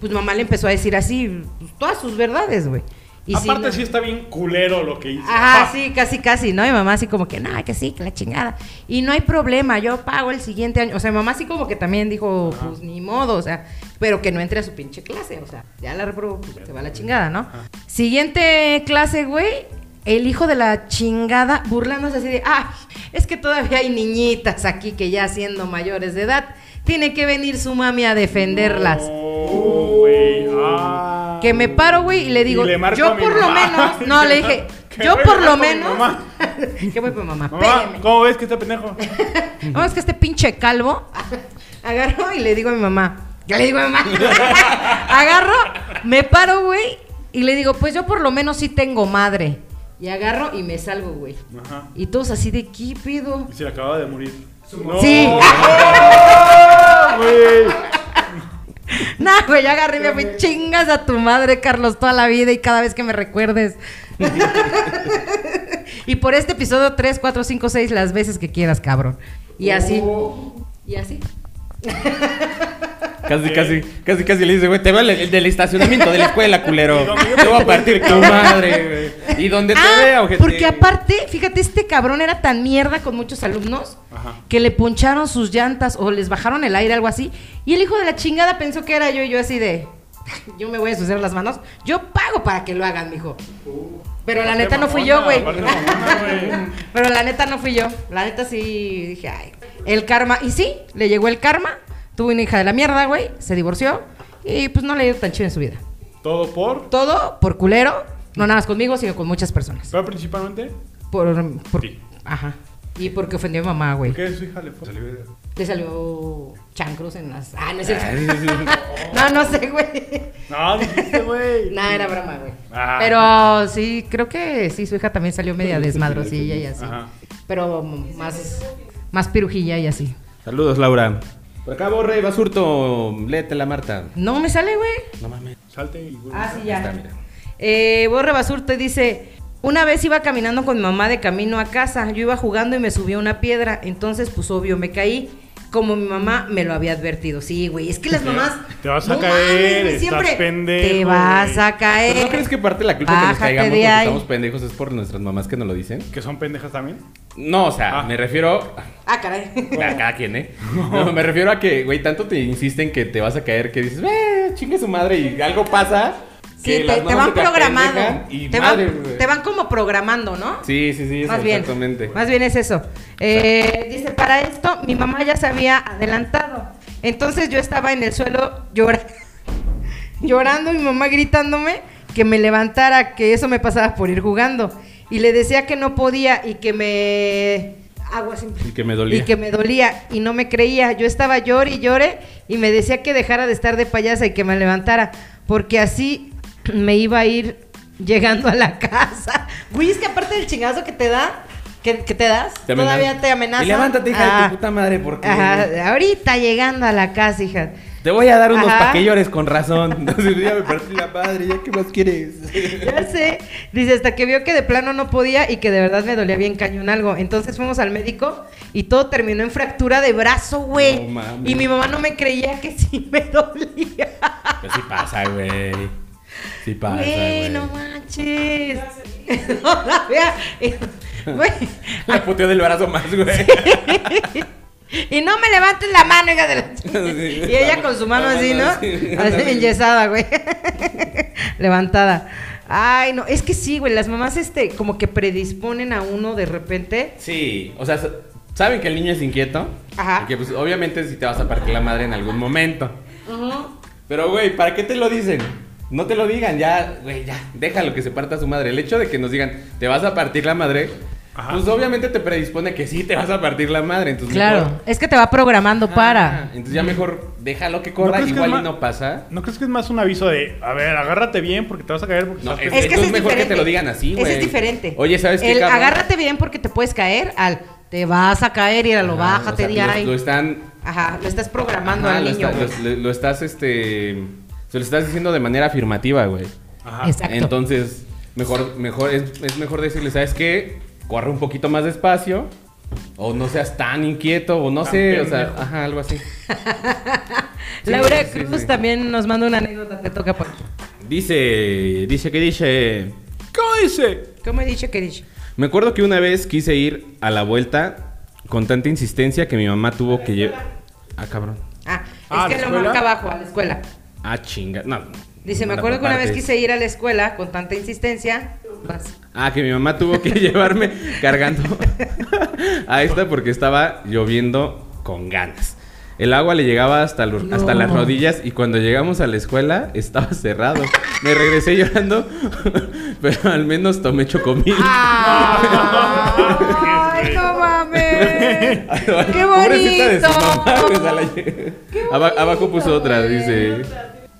[SPEAKER 4] Pues mamá le empezó a decir así pues, todas sus verdades, güey. Y si
[SPEAKER 2] Aparte,
[SPEAKER 4] no-
[SPEAKER 2] sí está bien culero lo que hizo.
[SPEAKER 4] Ajá,
[SPEAKER 2] Ah.
[SPEAKER 4] sí, casi, casi, ¿no? Y mamá así como que, no, que sí, que la chingada. Y no hay problema, yo pago el siguiente año. O sea, mamá así como que también dijo, pues ni modo, o sea, pero que no entre a su pinche clase, o sea, ya la reprobó, pues se va a la chingada, ¿no? Siguiente clase, güey, el hijo de la chingada burlándose así de, ah, es que todavía hay niñitas aquí que ya siendo mayores de edad, tiene que venir su mami a defenderlas. Uh,
[SPEAKER 2] Oh, güey. Ah.
[SPEAKER 4] Que me paro, güey, y le digo,
[SPEAKER 2] Y le marco a
[SPEAKER 4] yo
[SPEAKER 2] mi
[SPEAKER 4] por lo
[SPEAKER 2] mamá.
[SPEAKER 4] menos, no, le dije,
[SPEAKER 2] Que
[SPEAKER 4] yo
[SPEAKER 2] voy,
[SPEAKER 4] por
[SPEAKER 2] le
[SPEAKER 4] lo
[SPEAKER 2] marco a mi
[SPEAKER 4] menos,
[SPEAKER 2] mamá.
[SPEAKER 4] que voy por mamá,
[SPEAKER 2] Mamá,
[SPEAKER 4] espérame.
[SPEAKER 2] ¿cómo ves que está pendejo?
[SPEAKER 4] Vamos que este pinche calvo agarró y le digo a mi mamá, yo le digo a mi mamá, agarro, me paro, güey, y le digo, pues yo por lo menos sí tengo madre. Y agarro y me salgo, güey.
[SPEAKER 2] Ajá.
[SPEAKER 4] Y todos así de, ¿qué pedo?
[SPEAKER 2] Y se le acaba de morir. No,
[SPEAKER 4] Sí.
[SPEAKER 2] güey.
[SPEAKER 4] No, güey, yo agarré y me fui chingas a tu madre, Carlos, toda la vida y cada vez que me recuerdes. y por este episodio 3, 4, 5, 6, las veces que quieras, cabrón. Y así. Y así.
[SPEAKER 3] Casi, casi, casi, casi le dice, güey, te veo el, el del estacionamiento de la escuela,
[SPEAKER 2] Y
[SPEAKER 3] culero.
[SPEAKER 2] donde yo
[SPEAKER 3] Te voy a partir tu madre, güey. Y donde te
[SPEAKER 4] Ah,
[SPEAKER 3] vea, ojete.
[SPEAKER 4] porque aparte, fíjate, este cabrón era tan mierda con muchos alumnos
[SPEAKER 2] Ajá.
[SPEAKER 4] que le poncharon sus llantas o les bajaron el aire, algo así. Y el hijo de la chingada pensó que era yo y yo así de, yo me voy a ensuciar las manos, yo pago para que lo hagan, mijo. Pero la
[SPEAKER 2] Uh, Aparte
[SPEAKER 4] neta no fui yo,
[SPEAKER 2] mamona,
[SPEAKER 4] güey.
[SPEAKER 2] aparte mamona, güey.
[SPEAKER 4] Pero la neta no fui yo. La neta sí dije, ay, el karma. Y sí, le llegó el karma. Tuvo una hija de la mierda, güey. Se divorció. Y pues no le dio tan chido en su vida.
[SPEAKER 2] Todo por.
[SPEAKER 4] Todo por culero. No nada más conmigo, sino con muchas personas.
[SPEAKER 2] Pero principalmente.
[SPEAKER 4] Por, por-
[SPEAKER 2] Sí.
[SPEAKER 4] Ajá. Y porque ofendió a mi mamá, güey.
[SPEAKER 2] Porque su hija le fue. Salió de-
[SPEAKER 4] Le salió chancros en las. Ah, no es cierto.
[SPEAKER 3] Ay, sí, sí, sí.
[SPEAKER 4] no, no sé, güey.
[SPEAKER 2] No, dijiste, güey.
[SPEAKER 4] No, era broma, güey.
[SPEAKER 2] Ah.
[SPEAKER 4] Pero sí, creo que sí, su hija también salió media desmadrosilla y así.
[SPEAKER 2] Ajá.
[SPEAKER 4] Pero mm, más, más pirujilla y así.
[SPEAKER 3] Saludos, Laura. Por acá, Borre, Basurto, léete la Marta.
[SPEAKER 4] No me sale, güey.
[SPEAKER 3] No mames.
[SPEAKER 2] Salte y güey.
[SPEAKER 4] Ah, sí,
[SPEAKER 3] Está,
[SPEAKER 4] ya.
[SPEAKER 3] mira.
[SPEAKER 4] Eh, Borre Basurte dice, una vez iba caminando con mi mamá de camino a casa, yo iba jugando y me subió una piedra, entonces pues obvio me caí, como mi mamá me lo había advertido. Sí, güey, es que las mamás...
[SPEAKER 2] Te vas a
[SPEAKER 4] No
[SPEAKER 2] caer,
[SPEAKER 4] güey,
[SPEAKER 2] estás pendejo,
[SPEAKER 4] Te vas
[SPEAKER 2] güey.
[SPEAKER 4] a caer.
[SPEAKER 3] ¿Pero ¿No crees que parte de la culpa que nos
[SPEAKER 4] Bájate
[SPEAKER 3] caigamos
[SPEAKER 4] de
[SPEAKER 3] porque
[SPEAKER 4] ahí.
[SPEAKER 3] estamos pendejos es por nuestras mamás que nos lo dicen?
[SPEAKER 2] Que son pendejas también.
[SPEAKER 3] No, o sea,
[SPEAKER 2] Ah.
[SPEAKER 3] me refiero
[SPEAKER 4] Ah, caray.
[SPEAKER 3] a cada quien, ¿eh? No, me refiero a que, güey, tanto te insisten que te vas a caer que dices, eh, chingue su madre y algo pasa.
[SPEAKER 4] Sí,
[SPEAKER 3] que
[SPEAKER 4] te,
[SPEAKER 3] las
[SPEAKER 4] te
[SPEAKER 3] mamás
[SPEAKER 4] van
[SPEAKER 3] se te
[SPEAKER 4] programando.
[SPEAKER 3] apendejan y
[SPEAKER 4] te,
[SPEAKER 3] madre,
[SPEAKER 4] van,
[SPEAKER 3] güey.
[SPEAKER 4] te van como programando, ¿no?
[SPEAKER 3] Sí, sí, sí, eso,
[SPEAKER 4] más bien.
[SPEAKER 3] exactamente.
[SPEAKER 4] Más bien es eso. Eh, dice, para esto mi mamá ya se había adelantado. Entonces yo estaba en el suelo llorando, llorando, mi mamá gritándome que me levantara, que eso me pasaba por ir jugando. Y le decía que no podía y que me... Agua simple.
[SPEAKER 3] Y que me dolía.
[SPEAKER 4] Y que me dolía y no me creía. Yo estaba llore y llore y me decía que dejara de estar de payasa y que me levantara, porque así me iba a ir llegando a la casa. Güey, es que aparte del chingazo que te da, que, que te das,
[SPEAKER 3] Te amenaza.
[SPEAKER 4] todavía te amenaza.
[SPEAKER 3] Y levántate, hija de
[SPEAKER 4] Ah,
[SPEAKER 3] tu puta madre, porque
[SPEAKER 4] ajá, ahorita llegando a la casa, hija.
[SPEAKER 3] te voy a dar unos
[SPEAKER 4] Ajá.
[SPEAKER 3] pa' que llores con razón. Entonces ya me partí la madre, ya qué más quieres.
[SPEAKER 4] Ya sé. Dice, hasta que vio que de plano no podía y que de verdad me dolía bien cañón algo. Entonces fuimos al médico y todo terminó en fractura de brazo, güey.
[SPEAKER 3] No mames.
[SPEAKER 4] y mi mamá no me creía que sí me dolía.
[SPEAKER 3] Pero sí pasa, güey. Sí pasa,
[SPEAKER 4] Güey,
[SPEAKER 3] güey.
[SPEAKER 4] no manches. No la vea. Güey.
[SPEAKER 3] La puteó del brazo más, güey.
[SPEAKER 4] Y no me levantes la mano, hija de la chingada.
[SPEAKER 3] Sí.
[SPEAKER 4] Y ella con su mano
[SPEAKER 3] La
[SPEAKER 4] así, ¿no?
[SPEAKER 3] mano así.
[SPEAKER 4] Así enyesada, güey. Levantada. Ay, no, es que sí, güey, las mamás este como que predisponen a uno de repente.
[SPEAKER 3] Sí, o sea, sa- saben que el niño es inquieto.
[SPEAKER 4] Ajá.
[SPEAKER 3] Y que pues obviamente si te vas a partir la madre en algún momento. Pero güey, ¿para qué te lo dicen? No te lo digan, ya, güey, ya, déjalo que se parta su madre. El hecho de que nos digan, te vas a partir la madre,
[SPEAKER 2] Ajá.
[SPEAKER 3] pues obviamente te predispone que sí te vas a partir la madre. Entonces
[SPEAKER 4] Claro,
[SPEAKER 3] mejor-
[SPEAKER 4] es que te va programando
[SPEAKER 3] Ajá,
[SPEAKER 4] para.
[SPEAKER 3] Entonces ya mejor déjalo que corra,
[SPEAKER 2] crees que
[SPEAKER 3] igual
[SPEAKER 2] es
[SPEAKER 3] y
[SPEAKER 2] ma-
[SPEAKER 3] no pasa.
[SPEAKER 2] ¿No crees que es más un aviso de, a ver, agárrate bien porque te vas a caer porque
[SPEAKER 3] No,
[SPEAKER 2] estás
[SPEAKER 3] es-
[SPEAKER 2] pendejo"?
[SPEAKER 3] que ese mejor que te lo digan así,
[SPEAKER 4] Ese
[SPEAKER 3] güey.
[SPEAKER 4] es diferente.
[SPEAKER 3] Oye, ¿sabes qué,
[SPEAKER 4] El
[SPEAKER 3] cabrón?
[SPEAKER 4] agárrate bien porque te puedes caer al te vas a caer y a lo
[SPEAKER 3] Ajá,
[SPEAKER 4] bájate
[SPEAKER 3] o
[SPEAKER 4] de
[SPEAKER 3] sea, lo-
[SPEAKER 4] ahí.
[SPEAKER 3] Lo, están
[SPEAKER 4] Ajá, lo estás programando
[SPEAKER 3] Ajá,
[SPEAKER 4] al
[SPEAKER 3] lo,
[SPEAKER 4] niño.
[SPEAKER 3] está-
[SPEAKER 4] güey.
[SPEAKER 3] lo- lo- lo estás, este. Se lo estás diciendo de manera afirmativa, güey.
[SPEAKER 2] Ajá.
[SPEAKER 4] Exacto.
[SPEAKER 3] Entonces, mejor, mejor, es, es mejor decirle, ¿sabes qué? Corre un poquito más despacio. O no seas tan inquieto, o no
[SPEAKER 2] Tan
[SPEAKER 3] sé, o sea,
[SPEAKER 2] pendejo.
[SPEAKER 3] ajá, algo así. Sí,
[SPEAKER 4] Laura
[SPEAKER 3] sí,
[SPEAKER 4] Cruz
[SPEAKER 3] sí.
[SPEAKER 4] también nos manda una anécdota que toca por
[SPEAKER 3] Dice, dice que dice.
[SPEAKER 2] ¿Cómo dice?
[SPEAKER 4] ¿Cómo he dicho que he dicho?
[SPEAKER 3] Me acuerdo que una vez quise ir a la vuelta con tanta insistencia que mi mamá tuvo que llevar. Ah, cabrón.
[SPEAKER 4] Ah, es
[SPEAKER 2] Ah,
[SPEAKER 4] que
[SPEAKER 2] ¿la
[SPEAKER 4] lo
[SPEAKER 2] escuela?
[SPEAKER 4] marca abajo, a la escuela.
[SPEAKER 3] Ah, chinga. No.
[SPEAKER 4] Dice, me
[SPEAKER 3] Anda
[SPEAKER 4] acuerdo
[SPEAKER 3] por
[SPEAKER 4] que una vez
[SPEAKER 3] partes.
[SPEAKER 4] quise ir a la escuela con tanta insistencia. Vas.
[SPEAKER 3] Ah, que mi mamá tuvo que llevarme cargando a esta porque estaba lloviendo con ganas. El agua le llegaba hasta, los-
[SPEAKER 4] No.
[SPEAKER 3] hasta las rodillas y cuando llegamos a la escuela estaba cerrado. Me regresé llorando, pero al menos tomé chocomil.
[SPEAKER 2] Ah.
[SPEAKER 4] ¡Ay, no mames!
[SPEAKER 3] Ay, no,
[SPEAKER 4] ¡Qué
[SPEAKER 3] pobrecita de su mamá, güey, o sea, la-
[SPEAKER 4] bonito!
[SPEAKER 3] Aba- abajo puso otra,
[SPEAKER 4] güey.
[SPEAKER 3] dice.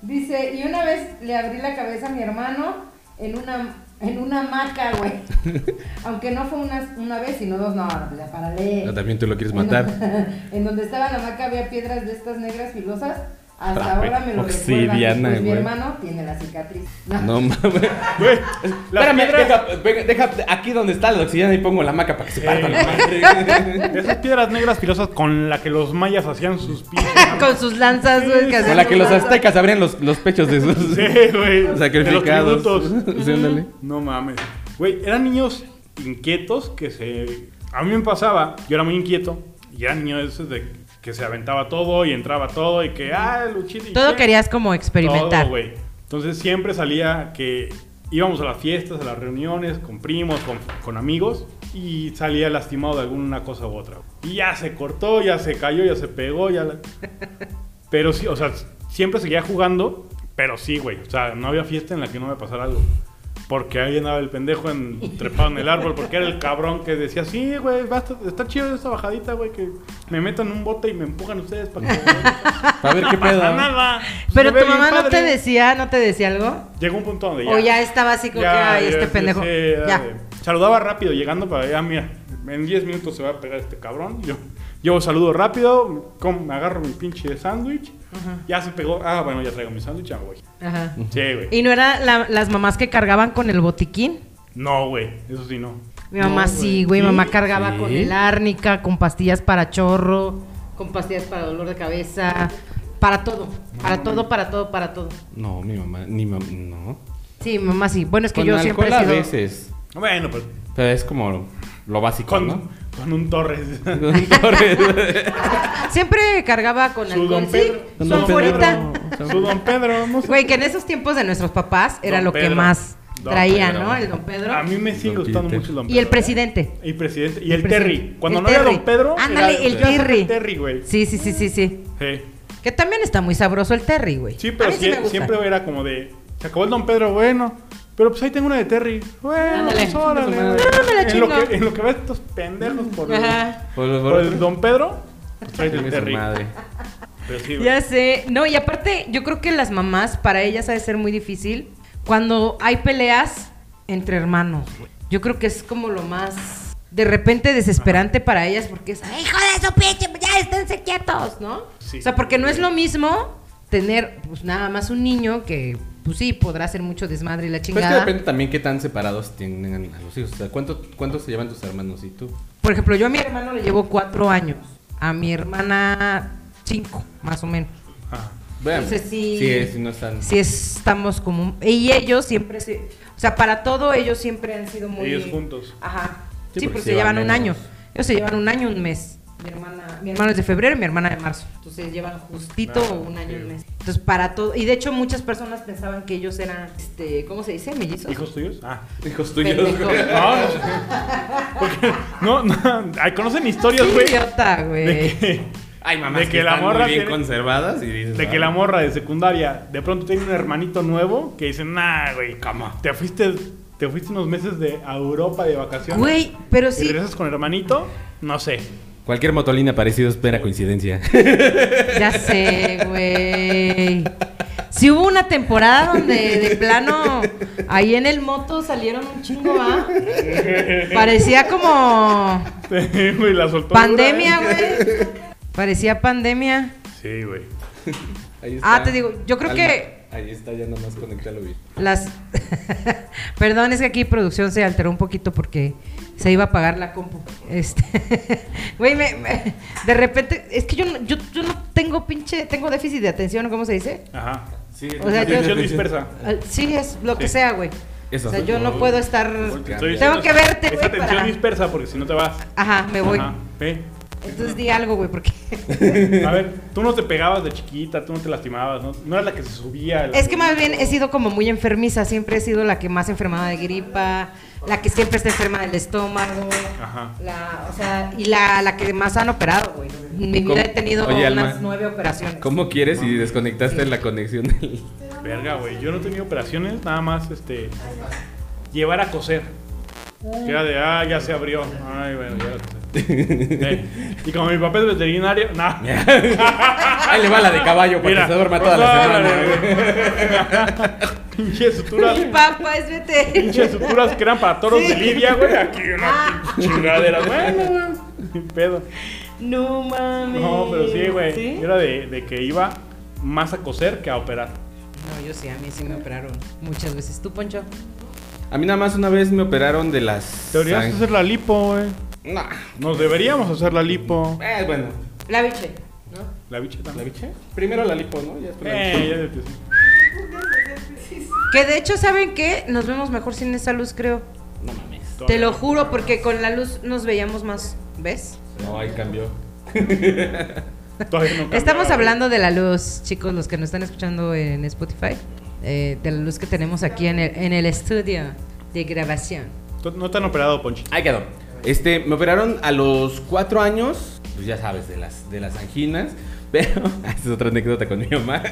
[SPEAKER 4] Dice, y una vez le abrí la cabeza a mi hermano en una, en una hamaca, güey. Aunque no fue una, una vez, sino dos, no, la paralé.
[SPEAKER 3] No, también tú lo quieres matar.
[SPEAKER 4] En donde, en donde estaba la hamaca había piedras de estas negras filosas. Hasta
[SPEAKER 3] Ah, güey,
[SPEAKER 4] ahora me lo recuerdan.
[SPEAKER 3] obsidiana,
[SPEAKER 4] Pues mi
[SPEAKER 3] güey.
[SPEAKER 4] hermano tiene la cicatriz.
[SPEAKER 3] No mames.
[SPEAKER 2] Güey, la
[SPEAKER 3] Espérame,
[SPEAKER 2] piedra-
[SPEAKER 3] deja, venga, deja aquí donde está la oxidana y pongo la maca para que se parta la madre.
[SPEAKER 2] De esas piedras negras filosas con la que los mayas hacían sus pies.
[SPEAKER 4] Con sus lanzas, güey.
[SPEAKER 3] O la que los aztecas abrían los, los pechos de sus
[SPEAKER 2] Sí, güey.
[SPEAKER 3] sacrificados.
[SPEAKER 2] De los tributos.
[SPEAKER 3] Sí, ándale.
[SPEAKER 2] No mames. Güey, eran niños inquietos que se... A mí me pasaba, yo era muy inquieto. Y era niño de esos de que se aventaba todo y entraba todo y que, ah, Luchito. ¿y qué?
[SPEAKER 4] como
[SPEAKER 2] Todo, güey. Entonces siempre salía que íbamos a las fiestas, a las reuniones, con primos, con, con amigos, y salía lastimado de alguna cosa u otra. Y ya se cortó, ya se cayó, ya se pegó, ya... la- Pero sí, o sea, siempre seguía jugando, pero sí, güey. O sea, no había fiesta en la que no me pasara algo. Porque ahí andaba el pendejo en, trepado en el árbol, porque era el cabrón que decía, sí, güey, basta, está chido esta bajadita, güey, que me metan un bote y me empujan ustedes para que...
[SPEAKER 3] A ver qué pedo.
[SPEAKER 2] pasa nada.
[SPEAKER 4] Pero
[SPEAKER 2] Se Pues ve
[SPEAKER 4] tu
[SPEAKER 2] bien
[SPEAKER 4] mamá no te
[SPEAKER 2] padre.
[SPEAKER 4] decía, no te decía algo.
[SPEAKER 2] Llegó un punto donde ya.
[SPEAKER 4] O ya estaba así como que, ay,
[SPEAKER 2] ya,
[SPEAKER 4] este
[SPEAKER 2] ya,
[SPEAKER 4] pendejo.
[SPEAKER 2] sí, era
[SPEAKER 4] ya.
[SPEAKER 2] de- Saludaba rápido, llegando para allá, mira, en 10 minutos se va a pegar este cabrón. Yo, yo saludo rápido, com- agarro mi pinche sándwich. Ya se pegó. Ah, bueno, ya traigo mi sándwich, ya me voy.
[SPEAKER 4] Ajá.
[SPEAKER 2] Sí, güey.
[SPEAKER 4] ¿Y no eran las mamás que cargaban con el botiquín?
[SPEAKER 2] No, güey, eso sí no.
[SPEAKER 4] Mi mamá sí, güey. Mi
[SPEAKER 2] ¿Sí?
[SPEAKER 4] mamá cargaba
[SPEAKER 3] Sí.
[SPEAKER 4] con el árnica, con pastillas para chorro, con pastillas para dolor de cabeza, para todo. Para todo, para todo, para todo.
[SPEAKER 3] No, mi mamá, ni mamá, no.
[SPEAKER 4] Sí, mi mamá sí. Bueno, es que
[SPEAKER 3] Con
[SPEAKER 4] yo
[SPEAKER 3] alcohol
[SPEAKER 4] siempre
[SPEAKER 3] a
[SPEAKER 4] he sido...
[SPEAKER 3] veces.
[SPEAKER 2] Bueno, pues
[SPEAKER 3] Pero es como lo básico,
[SPEAKER 2] con,
[SPEAKER 3] ¿no?
[SPEAKER 2] con un Torres.
[SPEAKER 3] Con Torres.
[SPEAKER 4] Siempre cargaba con
[SPEAKER 2] Su
[SPEAKER 4] alcohol,
[SPEAKER 2] Don Pedro.
[SPEAKER 4] sí.
[SPEAKER 2] Don
[SPEAKER 4] Su
[SPEAKER 2] Don
[SPEAKER 4] alforita.
[SPEAKER 2] Pedro. Su don Pedro, no sé.
[SPEAKER 4] Güey, que en esos tiempos de nuestros papás era
[SPEAKER 2] Don
[SPEAKER 4] lo que
[SPEAKER 2] Pedro.
[SPEAKER 4] más
[SPEAKER 2] Don
[SPEAKER 4] traía,
[SPEAKER 3] Pedro.
[SPEAKER 4] ¿no? El don Pedro.
[SPEAKER 2] A mí me sigue
[SPEAKER 3] Don
[SPEAKER 2] gustando
[SPEAKER 3] Peter.
[SPEAKER 2] mucho el don Pedro. ¿eh?
[SPEAKER 4] Y el presidente.
[SPEAKER 2] Y el presidente. Y el,
[SPEAKER 4] El
[SPEAKER 2] Terry.
[SPEAKER 4] presidente.
[SPEAKER 2] Cuando
[SPEAKER 4] El
[SPEAKER 2] no era
[SPEAKER 4] Terry.
[SPEAKER 2] don Pedro.
[SPEAKER 4] Ándale,
[SPEAKER 2] era-
[SPEAKER 4] el
[SPEAKER 2] ya era
[SPEAKER 4] Terry.
[SPEAKER 2] Terry, güey. Sí.
[SPEAKER 4] Sí, sí, sí, sí, sí. Que también está muy sabroso el Terry, güey.
[SPEAKER 2] Sí,
[SPEAKER 4] A
[SPEAKER 2] pero
[SPEAKER 4] mí
[SPEAKER 2] sie-
[SPEAKER 4] me gusta.
[SPEAKER 2] siempre era como de. Se acabó el don Pedro, bueno. Pero pues ahí tengo una de Terry. Bueno,
[SPEAKER 4] Ándale.
[SPEAKER 2] pues órale.
[SPEAKER 3] No, me
[SPEAKER 4] la
[SPEAKER 2] en, lo
[SPEAKER 4] chingo.
[SPEAKER 2] que, en lo que ves estos pendejos por, el-
[SPEAKER 4] Ajá.
[SPEAKER 3] Por los
[SPEAKER 2] por el don Pedro, pues traes el
[SPEAKER 3] Chingue su
[SPEAKER 2] Terry.
[SPEAKER 3] madre.
[SPEAKER 2] Pero sí, güey.
[SPEAKER 4] Ya sé. No, y aparte, yo creo que las mamás, para ellas ha de ser muy difícil cuando hay peleas entre hermanos. güey. Yo creo que es como lo más de repente desesperante para ellas porque es, "Ay, hijo de su pinche, ya esténse quietos, ¿no?
[SPEAKER 2] Sí.
[SPEAKER 4] O sea, porque no es lo mismo tener pues nada más un niño que pues sí podrá hacer mucho desmadre y la
[SPEAKER 3] Pues es que
[SPEAKER 4] chingada.
[SPEAKER 3] depende también qué tan separados tienen a los hijos. O sea, ¿cuánto, ¿cuánto se llevan tus hermanos y tú?
[SPEAKER 4] Por ejemplo, yo a mi hermano le llevo cuatro años, a mi hermana cinco, más o menos.
[SPEAKER 2] Ajá.
[SPEAKER 3] Bueno,
[SPEAKER 4] Entonces, sí.
[SPEAKER 3] Sí, sí, no están.
[SPEAKER 4] si estamos como un- y ellos siempre se, o sea para todo ellos siempre han sido muy
[SPEAKER 2] Ellos juntos.
[SPEAKER 4] ajá
[SPEAKER 3] Sí, porque
[SPEAKER 4] sí, porque,
[SPEAKER 3] se
[SPEAKER 4] se llevan
[SPEAKER 3] llevan
[SPEAKER 4] un año
[SPEAKER 3] menos.
[SPEAKER 4] ellos se llevan un año un mes mi hermana mi hermano es de febrero y mi hermana de marzo entonces llevan justito
[SPEAKER 2] Ah,
[SPEAKER 4] un año y
[SPEAKER 2] ok.
[SPEAKER 4] un mes entonces para todo y de hecho muchas personas pensaban que ellos eran este cómo se dice mellizos
[SPEAKER 2] ¿Hijos tuyos? Ah.
[SPEAKER 3] Hijos tuyos.
[SPEAKER 4] Pendejos.
[SPEAKER 3] güey.
[SPEAKER 2] No, no sé. Porque- no, no. ay, Conocen historias, güey.
[SPEAKER 4] idiota güey
[SPEAKER 2] De que.
[SPEAKER 3] Ay, mamá,
[SPEAKER 2] De
[SPEAKER 3] que,
[SPEAKER 2] que la
[SPEAKER 3] están muy
[SPEAKER 2] morra
[SPEAKER 3] bien
[SPEAKER 2] tiene-
[SPEAKER 3] conservadas y dices,
[SPEAKER 2] De que
[SPEAKER 3] "Ah".
[SPEAKER 2] la morra de secundaria de pronto tiene un hermanito nuevo que dicen, nah, güey, cama. Te fuiste, te fuiste unos meses de a Europa de vacaciones.
[SPEAKER 4] güey pero
[SPEAKER 2] Y
[SPEAKER 4] sí
[SPEAKER 2] regresas con hermanito, no sé.
[SPEAKER 3] Cualquier motolina parecido es pura coincidencia.
[SPEAKER 4] Ya sé, güey. Sí hubo una temporada donde de plano ahí en el moto salieron un chingo, ¿va? Parecía como
[SPEAKER 2] Güey, la soltó.
[SPEAKER 4] pandemia,
[SPEAKER 2] dura, ¿eh?
[SPEAKER 4] güey. Parecía pandemia.
[SPEAKER 2] Sí, güey.
[SPEAKER 3] Ahí
[SPEAKER 4] Ah, te digo, yo creo que-
[SPEAKER 3] Ahí está, ya nomás conéctalo bien.
[SPEAKER 4] Las Perdón, es que aquí producción se alteró un poquito porque se iba a pagar la compu. Este. Güey, me- me- de repente es que yo no, yo, yo no tengo pinche tengo déficit de atención, ¿cómo se dice?
[SPEAKER 2] Ajá.
[SPEAKER 3] Sí,
[SPEAKER 4] O sea, yo-
[SPEAKER 2] Atención dispersa.
[SPEAKER 4] Al- Sí, es lo que
[SPEAKER 2] Sí.
[SPEAKER 4] sea, güey.
[SPEAKER 3] Eso.
[SPEAKER 4] o sea, yo no puedo estar.
[SPEAKER 3] Voltea.
[SPEAKER 2] Estoy
[SPEAKER 4] Tengo
[SPEAKER 2] diciendo-
[SPEAKER 4] que verte,
[SPEAKER 2] Es
[SPEAKER 4] güey,
[SPEAKER 2] atención
[SPEAKER 4] para-
[SPEAKER 2] dispersa porque si no te vas.
[SPEAKER 4] Ajá, me voy.
[SPEAKER 2] Ajá, ve.
[SPEAKER 4] Entonces di algo, güey, porque.
[SPEAKER 2] A ver, tú no te pegabas de chiquita, tú no te lastimabas, ¿no? No eras la que se subía. a la-
[SPEAKER 4] es que más bien he sido como muy enfermiza. Siempre he sido la que más enfermada de gripa, la que siempre está enferma del estómago.
[SPEAKER 2] Ajá.
[SPEAKER 4] La, o sea, y la, la que más han operado, güey. En mi
[SPEAKER 3] ¿Cómo?
[SPEAKER 4] vida he tenido
[SPEAKER 3] Oye, Alma.
[SPEAKER 4] unas nueve operaciones.
[SPEAKER 3] ¿Cómo quieres si desconectaste la conexión del...
[SPEAKER 2] Verga, güey. Yo no tenía operaciones, nada más este. Llevar a coser. Que era de, ah, ya se abrió. Ay, bueno, ya lo sé. Y como mi papá es veterinario, nada.
[SPEAKER 3] Ahí le va la de caballo para que se duerma toda la semana.
[SPEAKER 2] Pinche suturas.
[SPEAKER 4] Mi papá es vete.
[SPEAKER 2] Pinche suturas que eran para toros
[SPEAKER 4] Sí.
[SPEAKER 2] de Lidia, güey. Aquí una
[SPEAKER 4] Ah.
[SPEAKER 2] chingadera. Bueno, güey. Ni pedo.
[SPEAKER 4] No mames.
[SPEAKER 2] No, pero sí, güey.
[SPEAKER 4] ¿Sí?
[SPEAKER 2] Era de, de que iba más a coser que a operar.
[SPEAKER 4] No, yo sí, a mí sí me operaron muchas veces. ¿Tú, Poncho?
[SPEAKER 3] A mí nada más una vez me operaron de las...
[SPEAKER 2] Deberías
[SPEAKER 3] sang-
[SPEAKER 2] hacer la lipo, güey.
[SPEAKER 3] Nah.
[SPEAKER 2] Nos deberíamos hacer la lipo.
[SPEAKER 3] Eh, bueno.
[SPEAKER 4] La biche, ¿no?
[SPEAKER 2] La bicha
[SPEAKER 3] ¿La
[SPEAKER 2] también.
[SPEAKER 3] biche? Primero la lipo, ¿no? Ya después la
[SPEAKER 2] Eh,
[SPEAKER 3] biche.
[SPEAKER 2] ya te-
[SPEAKER 4] Que de hecho, ¿saben qué? Nos vemos mejor sin esa luz, creo. Te lo juro, porque con la luz nos veíamos más. ¿Ves?
[SPEAKER 3] No, ahí cambió.
[SPEAKER 2] Todavía no cambiaba,
[SPEAKER 4] Estamos
[SPEAKER 2] güey.
[SPEAKER 4] hablando de la luz, chicos, los que nos están escuchando en Spotify. eh, de la luz que tenemos aquí en el, en el estudio de grabación.
[SPEAKER 2] Tú- No te han operado, Ponchito.
[SPEAKER 3] Ahí quedó. Este, me operaron a los cuatro años, pues ya sabes, de las, de las anginas, pero ah, esa es otra anécdota con mi mamá.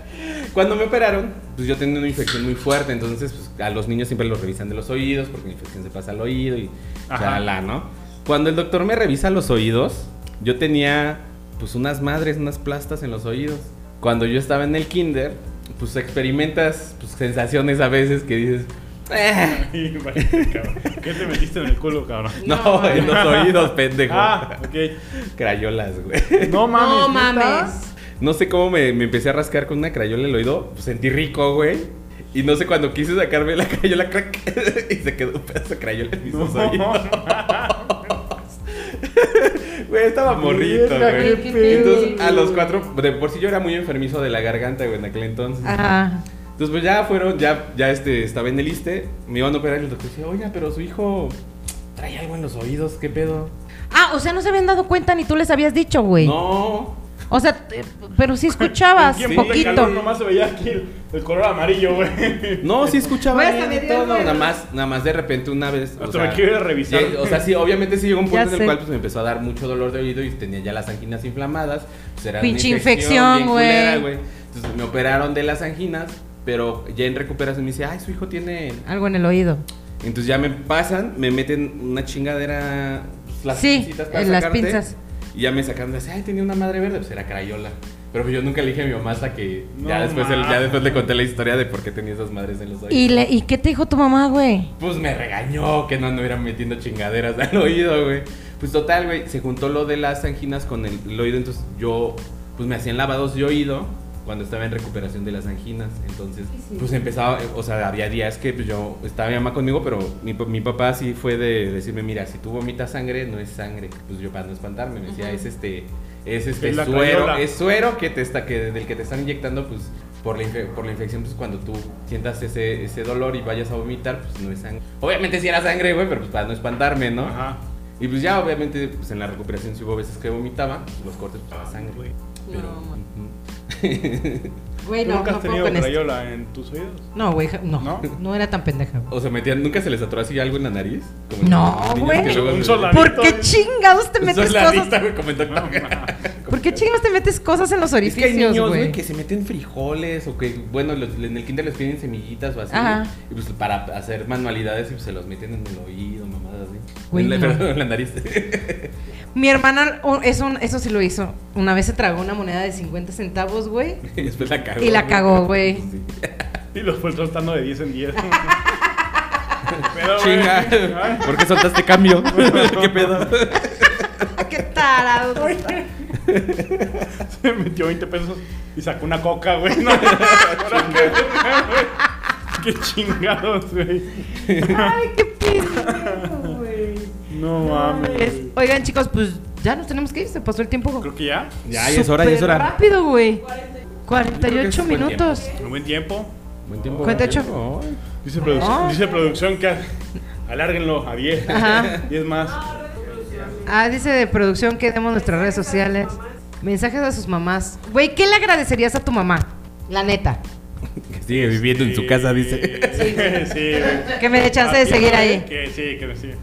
[SPEAKER 3] Cuando me operaron, pues yo tenía una infección muy fuerte, entonces pues, a los niños siempre los revisan de los oídos, porque la infección se pasa al oído y
[SPEAKER 2] Ajá.
[SPEAKER 3] chalala, ¿no? Cuando el doctor me revisa los oídos, yo tenía pues unas madres, unas plastas en los oídos. Cuando yo estaba en el kinder, pues experimentas pues, sensaciones a veces que dices, "Eh,
[SPEAKER 2] Sí, vale, cabrón. ¿Qué te metiste en el culo, cabrón?
[SPEAKER 3] no,
[SPEAKER 4] No,
[SPEAKER 3] en los oídos, pendejo.
[SPEAKER 2] Ah, ok.
[SPEAKER 3] Crayolas, güey.
[SPEAKER 2] No mames.
[SPEAKER 4] no
[SPEAKER 2] ¿neta?
[SPEAKER 4] mames.
[SPEAKER 3] No sé cómo me, me empecé a rascar con una crayola el oído. pues, Sentí rico, güey. Y no sé cuando quise sacarme la crayola, crack. y se quedó un pedazo de crayola en mis
[SPEAKER 2] No.
[SPEAKER 3] dos oídos. Güey, estaba morrito,
[SPEAKER 2] Mierda,
[SPEAKER 3] güey.
[SPEAKER 4] qué pedo.
[SPEAKER 3] Entonces, a los cuatro, de por sí yo era muy enfermizo de la garganta, güey, en aquel entonces.
[SPEAKER 4] Ajá.
[SPEAKER 3] Entonces, pues ya fueron, ya, ya este, estaba en el ISTE. Me iban a operar y el doctor decía, oiga, pero su hijo trae algo en los oídos, ¿qué pedo?
[SPEAKER 4] Ah, o sea, no se habían dado cuenta ni tú les habías dicho, güey.
[SPEAKER 3] No.
[SPEAKER 4] O sea, te- pero sí escuchabas
[SPEAKER 2] En tiempos de
[SPEAKER 4] poquito.
[SPEAKER 2] calor nomás se veía aquí el, el color amarillo, güey.
[SPEAKER 3] No, sí escuchaba
[SPEAKER 4] Güey,
[SPEAKER 3] bien
[SPEAKER 4] hasta me
[SPEAKER 3] y
[SPEAKER 4] dio
[SPEAKER 3] todo,
[SPEAKER 4] miedo.
[SPEAKER 3] nada más, nada más de repente una vez.
[SPEAKER 2] Hasta me quiero ir a revisar.
[SPEAKER 3] lleg- O sea, sí, obviamente sí llegó un
[SPEAKER 4] Ya
[SPEAKER 3] punto en
[SPEAKER 4] sé.
[SPEAKER 3] el cual pues, me empezó a dar mucho dolor de oído y tenía ya las anginas inflamadas. Pues, era una
[SPEAKER 4] Pinche infección,
[SPEAKER 3] bien
[SPEAKER 4] güey.
[SPEAKER 3] culera, Entonces me operaron de las anginas, pero ya en recuperación me dice, ay, su hijo tiene.
[SPEAKER 4] Algo en el oído.
[SPEAKER 3] Entonces ya me pasan, me meten una chingadera. pues, las
[SPEAKER 4] Sí,
[SPEAKER 3] pincitas para
[SPEAKER 4] en las
[SPEAKER 3] sacarte,
[SPEAKER 4] pinzas.
[SPEAKER 3] Y ya me sacaron de ay, tenía una madre verde, pues era crayola. Pero pues, yo nunca le dije a mi mamá hasta que ya,
[SPEAKER 2] No
[SPEAKER 3] después, el-
[SPEAKER 2] mames.
[SPEAKER 3] ya después le conté la historia de por qué tenía esas madres en los oídos.
[SPEAKER 4] ¿Y, le- ¿Y qué te dijo tu mamá, güey?
[SPEAKER 3] Pues me regañó que no anduvieran metiendo chingaderas al oído, güey. Pues total, güey, se juntó lo de las anginas con el, el oído, entonces yo, pues me hacían lavados de oído cuando estaba en recuperación de las anginas. Entonces, pues empezaba, eh, o sea, había días que pues, yo estaba mi mamá conmigo, pero mi, pa- mi papá sí fue de decirme, mira, si tú vomitas sangre, no es sangre. Pues yo para no espantarme, me decía, es este, es este
[SPEAKER 2] Es la
[SPEAKER 3] suero,
[SPEAKER 2] crayola.
[SPEAKER 3] es suero que te está, que del que te están inyectando, pues por la, infe- por la infección, pues cuando tú sientas ese, ese dolor y vayas a vomitar, pues no es sangre. Obviamente si era sangre, güey, pero pues para no espantarme, ¿no?
[SPEAKER 2] Ajá.
[SPEAKER 3] Y pues ya, obviamente, pues en la recuperación sí hubo veces que vomitaba, los cortes pues era sangre.
[SPEAKER 2] Güey.
[SPEAKER 3] Pero,
[SPEAKER 4] No,
[SPEAKER 3] ujú.
[SPEAKER 4] Güey,
[SPEAKER 2] ¿Tú
[SPEAKER 4] no,
[SPEAKER 2] nunca
[SPEAKER 4] no
[SPEAKER 2] has
[SPEAKER 4] puedo
[SPEAKER 2] tenido
[SPEAKER 4] con esto.
[SPEAKER 2] crayola en tus oídos?
[SPEAKER 4] No, güey, ja- no,
[SPEAKER 2] ¿No?
[SPEAKER 4] no. era tan pendeja, güey.
[SPEAKER 3] o sea, metían, ¿nunca se les atoró así algo en la nariz? Como
[SPEAKER 4] No,
[SPEAKER 3] los niños
[SPEAKER 4] güey.
[SPEAKER 3] que luego
[SPEAKER 2] Un
[SPEAKER 3] se-
[SPEAKER 2] solar.
[SPEAKER 4] ¿Por qué
[SPEAKER 2] Solito,
[SPEAKER 4] chingados te
[SPEAKER 3] Un
[SPEAKER 4] metes
[SPEAKER 3] solarista,
[SPEAKER 4] cosas?
[SPEAKER 3] güey, como en Doctor Who.
[SPEAKER 4] ¿Por qué chingados te metes cosas en los
[SPEAKER 3] Es que hay
[SPEAKER 4] orificios,
[SPEAKER 3] niños,
[SPEAKER 4] güey?
[SPEAKER 3] güey, que se meten frijoles o que, bueno, los- en el kinder les piden semillitas o así.
[SPEAKER 4] Ajá.
[SPEAKER 3] Y pues para hacer manualidades y pues, se los meten en el oído, mamadas así.
[SPEAKER 4] Güey,
[SPEAKER 3] en, la,
[SPEAKER 4] no.
[SPEAKER 3] perdón, en la nariz.
[SPEAKER 4] Mi hermana, o- eso, eso sí lo hizo. Una vez se tragó una moneda de 50 centavos, güey.
[SPEAKER 3] y después la cagó.
[SPEAKER 4] Y la
[SPEAKER 3] güey.
[SPEAKER 4] cagó, güey.
[SPEAKER 3] Sí.
[SPEAKER 2] Y los fue soltando de 10 en 10. Pero, güey,
[SPEAKER 3] Chinga.
[SPEAKER 2] ¿ah?
[SPEAKER 3] ¿Por qué soltaste cambio? ¿Qué pedo?
[SPEAKER 4] Ah, ¡Qué tarado!
[SPEAKER 2] Se metió 20 pesos y sacó una coca, güey. No, ahora qué, güey. Qué chingados, güey.
[SPEAKER 4] ¡Ay, qué pendejo, güey!
[SPEAKER 2] No mames.
[SPEAKER 4] Es- Oigan, chicos, pues ya nos tenemos que ir. Se pasó el tiempo.
[SPEAKER 2] Creo que ya.
[SPEAKER 3] Ya, ya es hora, ya es
[SPEAKER 4] Súper
[SPEAKER 3] hora.
[SPEAKER 4] rápido, güey.
[SPEAKER 3] Yo creo que
[SPEAKER 4] 48
[SPEAKER 3] es buen
[SPEAKER 4] minutos.
[SPEAKER 2] Un buen tiempo.
[SPEAKER 3] Buen tiempo.
[SPEAKER 4] Cuenta ocho.
[SPEAKER 3] Ay.
[SPEAKER 2] Dice, produc-
[SPEAKER 4] Ah.
[SPEAKER 2] dice producción que alárguenlo a 10.
[SPEAKER 4] Ajá.
[SPEAKER 2] 10 más.
[SPEAKER 4] Ah, dice de producción que demos nuestras redes sociales. Mensajes a sus mamás. Güey, ¿qué le agradecerías a tu mamá? La neta.
[SPEAKER 3] Que sigue viviendo en su casa, dice.
[SPEAKER 2] Sí, güey. sí, güey.
[SPEAKER 4] Que me dé chance de
[SPEAKER 2] Así,
[SPEAKER 4] seguir
[SPEAKER 2] güey,
[SPEAKER 4] ahí.
[SPEAKER 2] Que sí, que me sigue.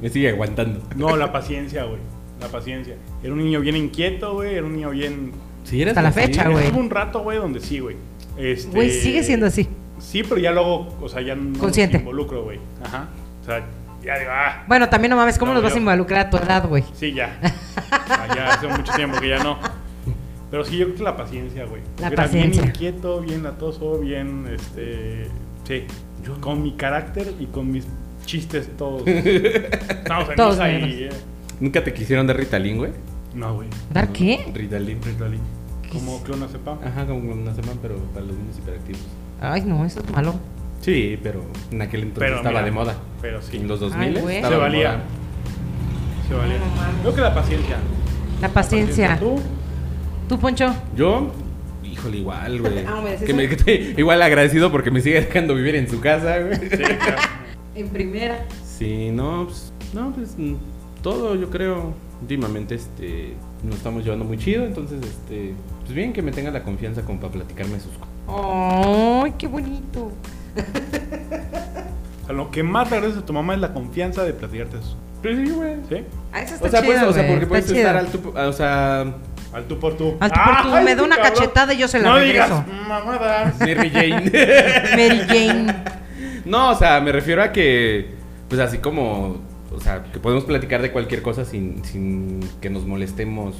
[SPEAKER 3] Me sigue aguantando.
[SPEAKER 2] No, la paciencia, güey. La paciencia. Era un niño bien inquieto, güey. Era un niño bien.
[SPEAKER 3] Sí, eres
[SPEAKER 4] Hasta la
[SPEAKER 3] así. ¿eh?
[SPEAKER 4] fecha, Ah, güey.
[SPEAKER 2] Hubo un rato, güey, donde sí, güey. Este-
[SPEAKER 4] Güey, sigue siendo así.
[SPEAKER 2] Sí, pero ya luego, o sea, ya no
[SPEAKER 4] Consciente.
[SPEAKER 2] me involucro, güey. Ajá. O sea, ya digo, ah,
[SPEAKER 4] Bueno, también no mames, ¿cómo
[SPEAKER 2] No,
[SPEAKER 4] nos vas a
[SPEAKER 2] yo-
[SPEAKER 4] involucrar a tu edad, güey?
[SPEAKER 2] sí, ya. O sea, ya hace mucho tiempo que ya no. Pero sí, yo creo que la paciencia, güey.
[SPEAKER 4] La
[SPEAKER 2] Era
[SPEAKER 4] paciencia.
[SPEAKER 2] Bien inquieto, bien latoso, bien, este... Sí. con mi carácter y con mis chistes todos. Estamos en
[SPEAKER 4] Todos
[SPEAKER 2] misa y,
[SPEAKER 4] negros.
[SPEAKER 2] eh,
[SPEAKER 3] ¿Nunca te quisieron dar Ritalin, güey?
[SPEAKER 2] No, güey.
[SPEAKER 4] ¿Dar qué?
[SPEAKER 3] Ritalin.
[SPEAKER 2] Ritalin.
[SPEAKER 4] ¿Qué
[SPEAKER 2] Como
[SPEAKER 4] es?
[SPEAKER 2] clonazepam.
[SPEAKER 3] Ajá, como una semana, pero para los niños hiperactivos.
[SPEAKER 4] Ay, no, eso es malo.
[SPEAKER 3] Sí, pero en aquel entonces
[SPEAKER 2] Pero
[SPEAKER 3] estaba
[SPEAKER 2] mira,
[SPEAKER 3] de moda.
[SPEAKER 2] pero sí.
[SPEAKER 3] En los
[SPEAKER 4] Ay,
[SPEAKER 3] 2000
[SPEAKER 4] güey.
[SPEAKER 3] estaba
[SPEAKER 2] Se
[SPEAKER 3] de
[SPEAKER 2] valía.
[SPEAKER 3] moda.
[SPEAKER 2] Se valía. Creo que la paciencia.
[SPEAKER 4] La paciencia.
[SPEAKER 2] ¿Tú?
[SPEAKER 4] ¿Tú, Poncho?
[SPEAKER 3] Yo, híjole, igual, güey.
[SPEAKER 4] Ah, güey, sí,
[SPEAKER 3] que me,
[SPEAKER 4] sí.
[SPEAKER 3] que te- igual agradecido porque me sigue dejando vivir en su casa, güey.
[SPEAKER 2] Sí, claro.
[SPEAKER 4] En primera.
[SPEAKER 3] Sí, no, pues, no, pues mm, todo, yo creo. Últimamente, este, nos estamos llevando muy chido, entonces, este, pues bien que me tenga la confianza como para platicarme sus cosas.
[SPEAKER 4] Ay, qué bonito.
[SPEAKER 2] O sea, lo que más le agradeces a tu mamá es la confianza de platicarte eso.
[SPEAKER 3] Pero sí, güey.
[SPEAKER 2] Pues ¿Sí?
[SPEAKER 4] Ah, eso está
[SPEAKER 3] O sea,
[SPEAKER 4] chido,
[SPEAKER 3] pues, o sea,
[SPEAKER 4] güey,
[SPEAKER 3] porque
[SPEAKER 4] está
[SPEAKER 3] puedes
[SPEAKER 4] chido.
[SPEAKER 3] estar al tu, o sea,
[SPEAKER 2] Al tú por tú.
[SPEAKER 4] Al tú por tú.
[SPEAKER 2] ¡Ay,
[SPEAKER 4] Me da una
[SPEAKER 2] cabrón!
[SPEAKER 4] cachetada y yo se la
[SPEAKER 2] no
[SPEAKER 4] regreso.
[SPEAKER 2] digas mamadas.
[SPEAKER 3] Mary Jane.
[SPEAKER 4] Mary Jane.
[SPEAKER 3] No, o sea, me refiero a que, pues así como, o sea, que podemos platicar de cualquier cosa sin, sin que nos molestemos.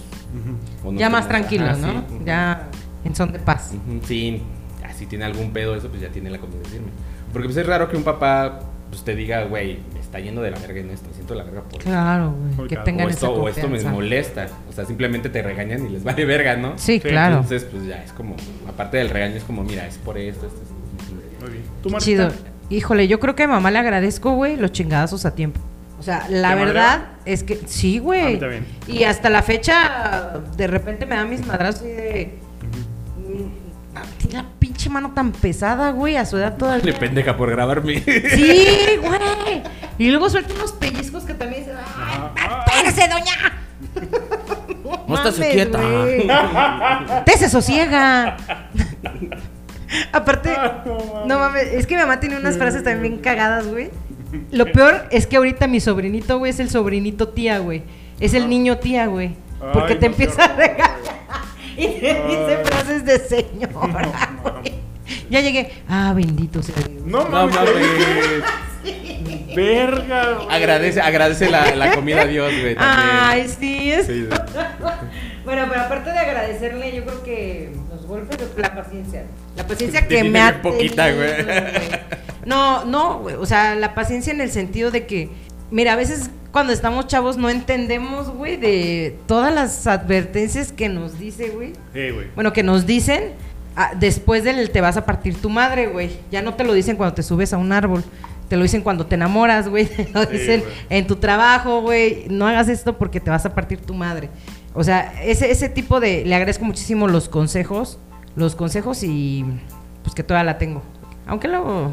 [SPEAKER 3] o nos
[SPEAKER 4] Ya más
[SPEAKER 3] tengamos-
[SPEAKER 4] tranquilos,
[SPEAKER 3] Ajá,
[SPEAKER 4] ¿no?
[SPEAKER 3] Ah, sí, ujú.
[SPEAKER 4] Ya en son de paz.
[SPEAKER 3] Ujú, Sí, ah, si tiene algún pedo eso, pues ya tiene la comida de decirme. Porque pues es raro que un papá pues, te diga, güey, me está yendo de la verga en esto, me siento de la verga por esto".
[SPEAKER 4] Claro, güey.
[SPEAKER 2] Uy,
[SPEAKER 4] Que
[SPEAKER 2] claro.
[SPEAKER 4] tengan
[SPEAKER 3] o
[SPEAKER 4] esa
[SPEAKER 3] esto, o esto me
[SPEAKER 4] confianza.
[SPEAKER 3] molesta. O sea, simplemente te regañan y les vale verga, ¿no?
[SPEAKER 2] Sí,
[SPEAKER 4] Sí, claro.
[SPEAKER 3] Entonces, pues ya es como, aparte del regaño, es como, mira, es por esto, esto, esto.
[SPEAKER 2] Muy bien. ¿Tú,
[SPEAKER 4] Qué
[SPEAKER 2] Martita?
[SPEAKER 4] Chido. Híjole, yo creo que a mamá le agradezco, güey, los chingadazos a tiempo. O sea,
[SPEAKER 2] ¿Te
[SPEAKER 4] la verdad es que sí,
[SPEAKER 2] A
[SPEAKER 4] güey.
[SPEAKER 2] mí también.
[SPEAKER 4] Y hasta la fecha, de repente me da mis madrazos y de. mm, ah, Tiene la pinche mano tan pesada, güey, a su edad
[SPEAKER 3] Le
[SPEAKER 4] todavía.
[SPEAKER 3] pendeja por grabarme.
[SPEAKER 4] Sí, güey. Y
[SPEAKER 2] Ah.
[SPEAKER 4] luego suelta unos pellizcos que también dicen, ¡ay,
[SPEAKER 2] Ajá.
[SPEAKER 4] espérese, doña!
[SPEAKER 3] No
[SPEAKER 7] Quédate quieta.
[SPEAKER 4] güey. Te se sosiega. Aparte, no mames, es que mi mamá tiene unas frases también bien cagadas, güey. Lo peor es que ahorita mi sobrinito, güey, es el sobrinito tía, güey. Es el niño tía, güey. Porque
[SPEAKER 2] Ay,
[SPEAKER 4] te
[SPEAKER 2] no,
[SPEAKER 4] empieza
[SPEAKER 2] qué
[SPEAKER 4] a
[SPEAKER 2] horror,
[SPEAKER 4] regalar. Y te dice
[SPEAKER 2] Ay.
[SPEAKER 4] frases de señora, güey. Ya llegué. Ah, bendito sea Dios.
[SPEAKER 2] No
[SPEAKER 3] No
[SPEAKER 2] mames.
[SPEAKER 3] mames.
[SPEAKER 2] Verga, güey.
[SPEAKER 3] Agradece, agradece la, la comida a Dios, güey. también.
[SPEAKER 4] Ay, sí, es.
[SPEAKER 3] Sí, güey.
[SPEAKER 4] Bueno, pero aparte de agradecerle, yo creo que los golpes, la paciencia. La paciencia que
[SPEAKER 3] Dijiste
[SPEAKER 4] me ha
[SPEAKER 3] bien poquita,
[SPEAKER 4] tenido,
[SPEAKER 3] güey.
[SPEAKER 4] No, no, güey. O sea, la paciencia en el sentido de que, mira, a veces cuando estamos chavos no entendemos, güey, de todas las advertencias que nos dice, güey.
[SPEAKER 2] Sí, Eh, güey.
[SPEAKER 4] Bueno, que nos dicen ah, después del te vas a partir tu madre, güey. Ya no te lo dicen cuando te subes a un árbol. Te lo dicen cuando te enamoras, güey. Te lo
[SPEAKER 2] Sí,
[SPEAKER 4] dicen
[SPEAKER 2] güey.
[SPEAKER 4] en tu trabajo, güey. No hagas esto porque te vas a partir tu madre. O sea, ese, ese tipo de... Le agradezco muchísimo los consejos. Los consejos y... Pues que todavía la tengo. Aunque luego...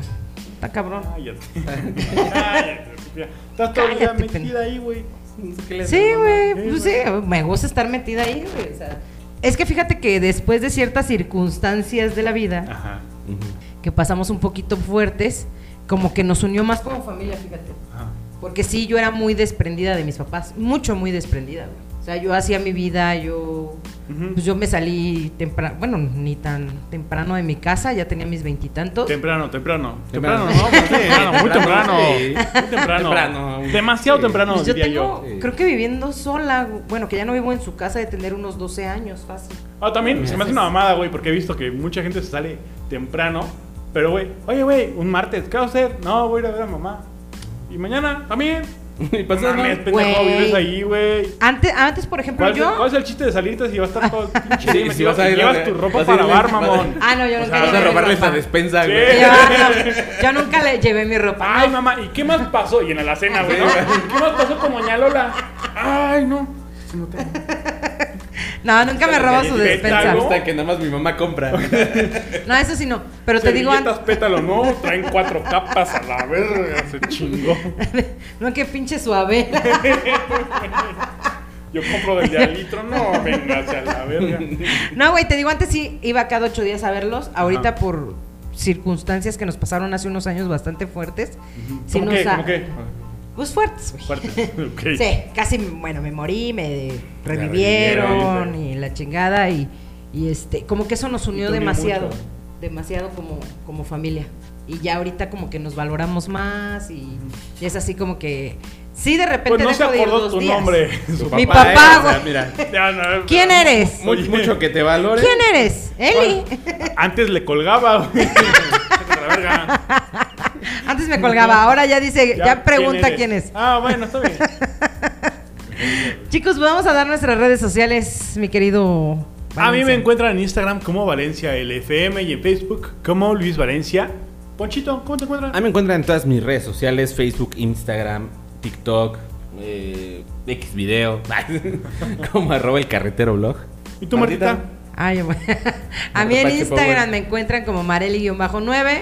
[SPEAKER 4] Está cabrón.
[SPEAKER 2] Cállate. Cállate. Sofía. Estás todo el día
[SPEAKER 4] Cállate,
[SPEAKER 2] metida ahí, güey.
[SPEAKER 4] Sí,
[SPEAKER 2] Sí,
[SPEAKER 4] güey. Pues sí,
[SPEAKER 2] güey.
[SPEAKER 4] me gusta estar metida ahí, güey. O sea, es que fíjate que después de ciertas circunstancias de la vida...
[SPEAKER 2] Ajá.
[SPEAKER 4] que pasamos un poquito fuertes, como que nos unió más como familia, fíjate.
[SPEAKER 2] Ajá.
[SPEAKER 4] Porque sí, yo era muy desprendida de mis papás, mucho muy desprendida. güey. O sea, yo hacía mi vida, yo
[SPEAKER 2] Ujú.
[SPEAKER 4] pues yo me salí temprano, bueno, ni tan temprano de mi casa, ya tenía mis veintitantos.
[SPEAKER 2] Temprano, temprano. Temprano,
[SPEAKER 3] Temprano.
[SPEAKER 2] ¿no? Pues, sí, temprano, muy temprano.
[SPEAKER 3] Sí.
[SPEAKER 2] Muy temprano.
[SPEAKER 3] Temprano.
[SPEAKER 2] Demasiado
[SPEAKER 3] Sí.
[SPEAKER 2] temprano,
[SPEAKER 4] Pues yo
[SPEAKER 2] diría
[SPEAKER 4] tengo,
[SPEAKER 2] yo.
[SPEAKER 3] yo. Sí.
[SPEAKER 4] creo que viviendo sola, güey. bueno, que ya no vivo en su casa de tener unos 12 años, fácil.
[SPEAKER 2] Ah, también se me hace una mamada, güey, porque he visto que mucha gente se sale temprano. Pero, güey, oye, güey, un martes, ¿qué va a hacer? No, voy a ir a ver a mamá. Y mañana también.
[SPEAKER 3] Y pasó,
[SPEAKER 2] No
[SPEAKER 3] ¿no?
[SPEAKER 2] mames, pendejo,
[SPEAKER 4] Güey.
[SPEAKER 2] vives ahí, güey.
[SPEAKER 4] Antes, antes por ejemplo,
[SPEAKER 2] ¿Cuál, es-
[SPEAKER 4] yo...
[SPEAKER 2] cuál es el chiste de salirte si vas a estar todo el pinche
[SPEAKER 3] Sí,
[SPEAKER 2] día
[SPEAKER 3] si
[SPEAKER 2] metido?
[SPEAKER 3] vas a ir a-
[SPEAKER 2] Llevas tu ropa
[SPEAKER 3] vas a
[SPEAKER 2] para
[SPEAKER 3] ir-
[SPEAKER 2] lavar,
[SPEAKER 3] vas a-
[SPEAKER 2] mamón.
[SPEAKER 4] Ah, no, yo no
[SPEAKER 2] O sea,
[SPEAKER 4] quería
[SPEAKER 3] Vas a
[SPEAKER 4] llevar mi
[SPEAKER 3] robarles la
[SPEAKER 4] ropa.
[SPEAKER 3] despensa,
[SPEAKER 2] Sí.
[SPEAKER 3] güey.
[SPEAKER 4] Yo, no, yo nunca le llevé mi ropa.
[SPEAKER 2] Ay, mamá, ¿y qué más pasó? Y en la cena, güey, ¿no? ¿Qué más pasó con Doña Lola? Ay, no. Se nota.
[SPEAKER 4] No, nunca me robo su
[SPEAKER 2] Galletitas,
[SPEAKER 4] despensa.
[SPEAKER 2] ¿no?
[SPEAKER 3] Me gusta que nada más mi mamá compra.
[SPEAKER 4] No, eso sí no. Pero te digo
[SPEAKER 2] Servilletas
[SPEAKER 4] antes.
[SPEAKER 2] pétalo, ¿no? Traen cuatro capas a la verga, se chingó.
[SPEAKER 4] No, que pinche suave.
[SPEAKER 2] Yo compro desde al litro, no, vengas a la verga.
[SPEAKER 4] No, güey, te digo antes sí iba cada ocho días a verlos. Ahorita
[SPEAKER 2] Ajá.
[SPEAKER 4] por circunstancias que nos pasaron hace unos años bastante fuertes. sí
[SPEAKER 2] ¿Cómo
[SPEAKER 4] nos
[SPEAKER 2] qué?
[SPEAKER 4] ha-
[SPEAKER 2] ¿Cómo qué?
[SPEAKER 4] Pues fuertes, güey.
[SPEAKER 2] Fuertes, ok.
[SPEAKER 4] Sí, casi, bueno, me morí, me revivieron
[SPEAKER 2] revivieron,
[SPEAKER 4] y la chingada y, y este, como que eso nos unió
[SPEAKER 2] unió
[SPEAKER 4] demasiado,
[SPEAKER 2] mucho.
[SPEAKER 4] demasiado como, como familia. Y ya ahorita como que nos valoramos más y, y es así como que, sí, de repente
[SPEAKER 2] Pues no se
[SPEAKER 4] dejo de ir
[SPEAKER 2] acordó
[SPEAKER 4] dos
[SPEAKER 2] tu
[SPEAKER 4] días.
[SPEAKER 2] nombre.
[SPEAKER 3] Tu
[SPEAKER 4] Mi
[SPEAKER 3] ¿eh?
[SPEAKER 4] papá,
[SPEAKER 3] O sea,
[SPEAKER 4] güey.
[SPEAKER 3] mira,
[SPEAKER 2] Ya, no,
[SPEAKER 4] ¿Quién eres?
[SPEAKER 3] mu- mucho que te valore.
[SPEAKER 4] ¿Quién eres? Eli.
[SPEAKER 2] Antes le colgaba, güey. La verga.
[SPEAKER 4] Antes me colgaba, ahora ya dice, ya, pregunta
[SPEAKER 2] eres?
[SPEAKER 4] quién es.
[SPEAKER 2] Ah, bueno, está bien.
[SPEAKER 4] Chicos, vamos a dar nuestras redes sociales, mi querido.
[SPEAKER 2] A mí me
[SPEAKER 4] Valencia.
[SPEAKER 2] encuentran en Instagram como Valencia LFM y en Facebook como Luis Valencia. Ponchito, ¿cómo te encuentran?
[SPEAKER 3] A mí me encuentran en todas mis redes sociales, Facebook, Instagram, TikTok, eh, Xvideo, como arroba el carretero blog.
[SPEAKER 2] ¿Y tú, Martita?
[SPEAKER 4] Ay, bueno. A mí en
[SPEAKER 3] Apache
[SPEAKER 4] Instagram
[SPEAKER 3] Power.
[SPEAKER 4] me encuentran como Mareli-9.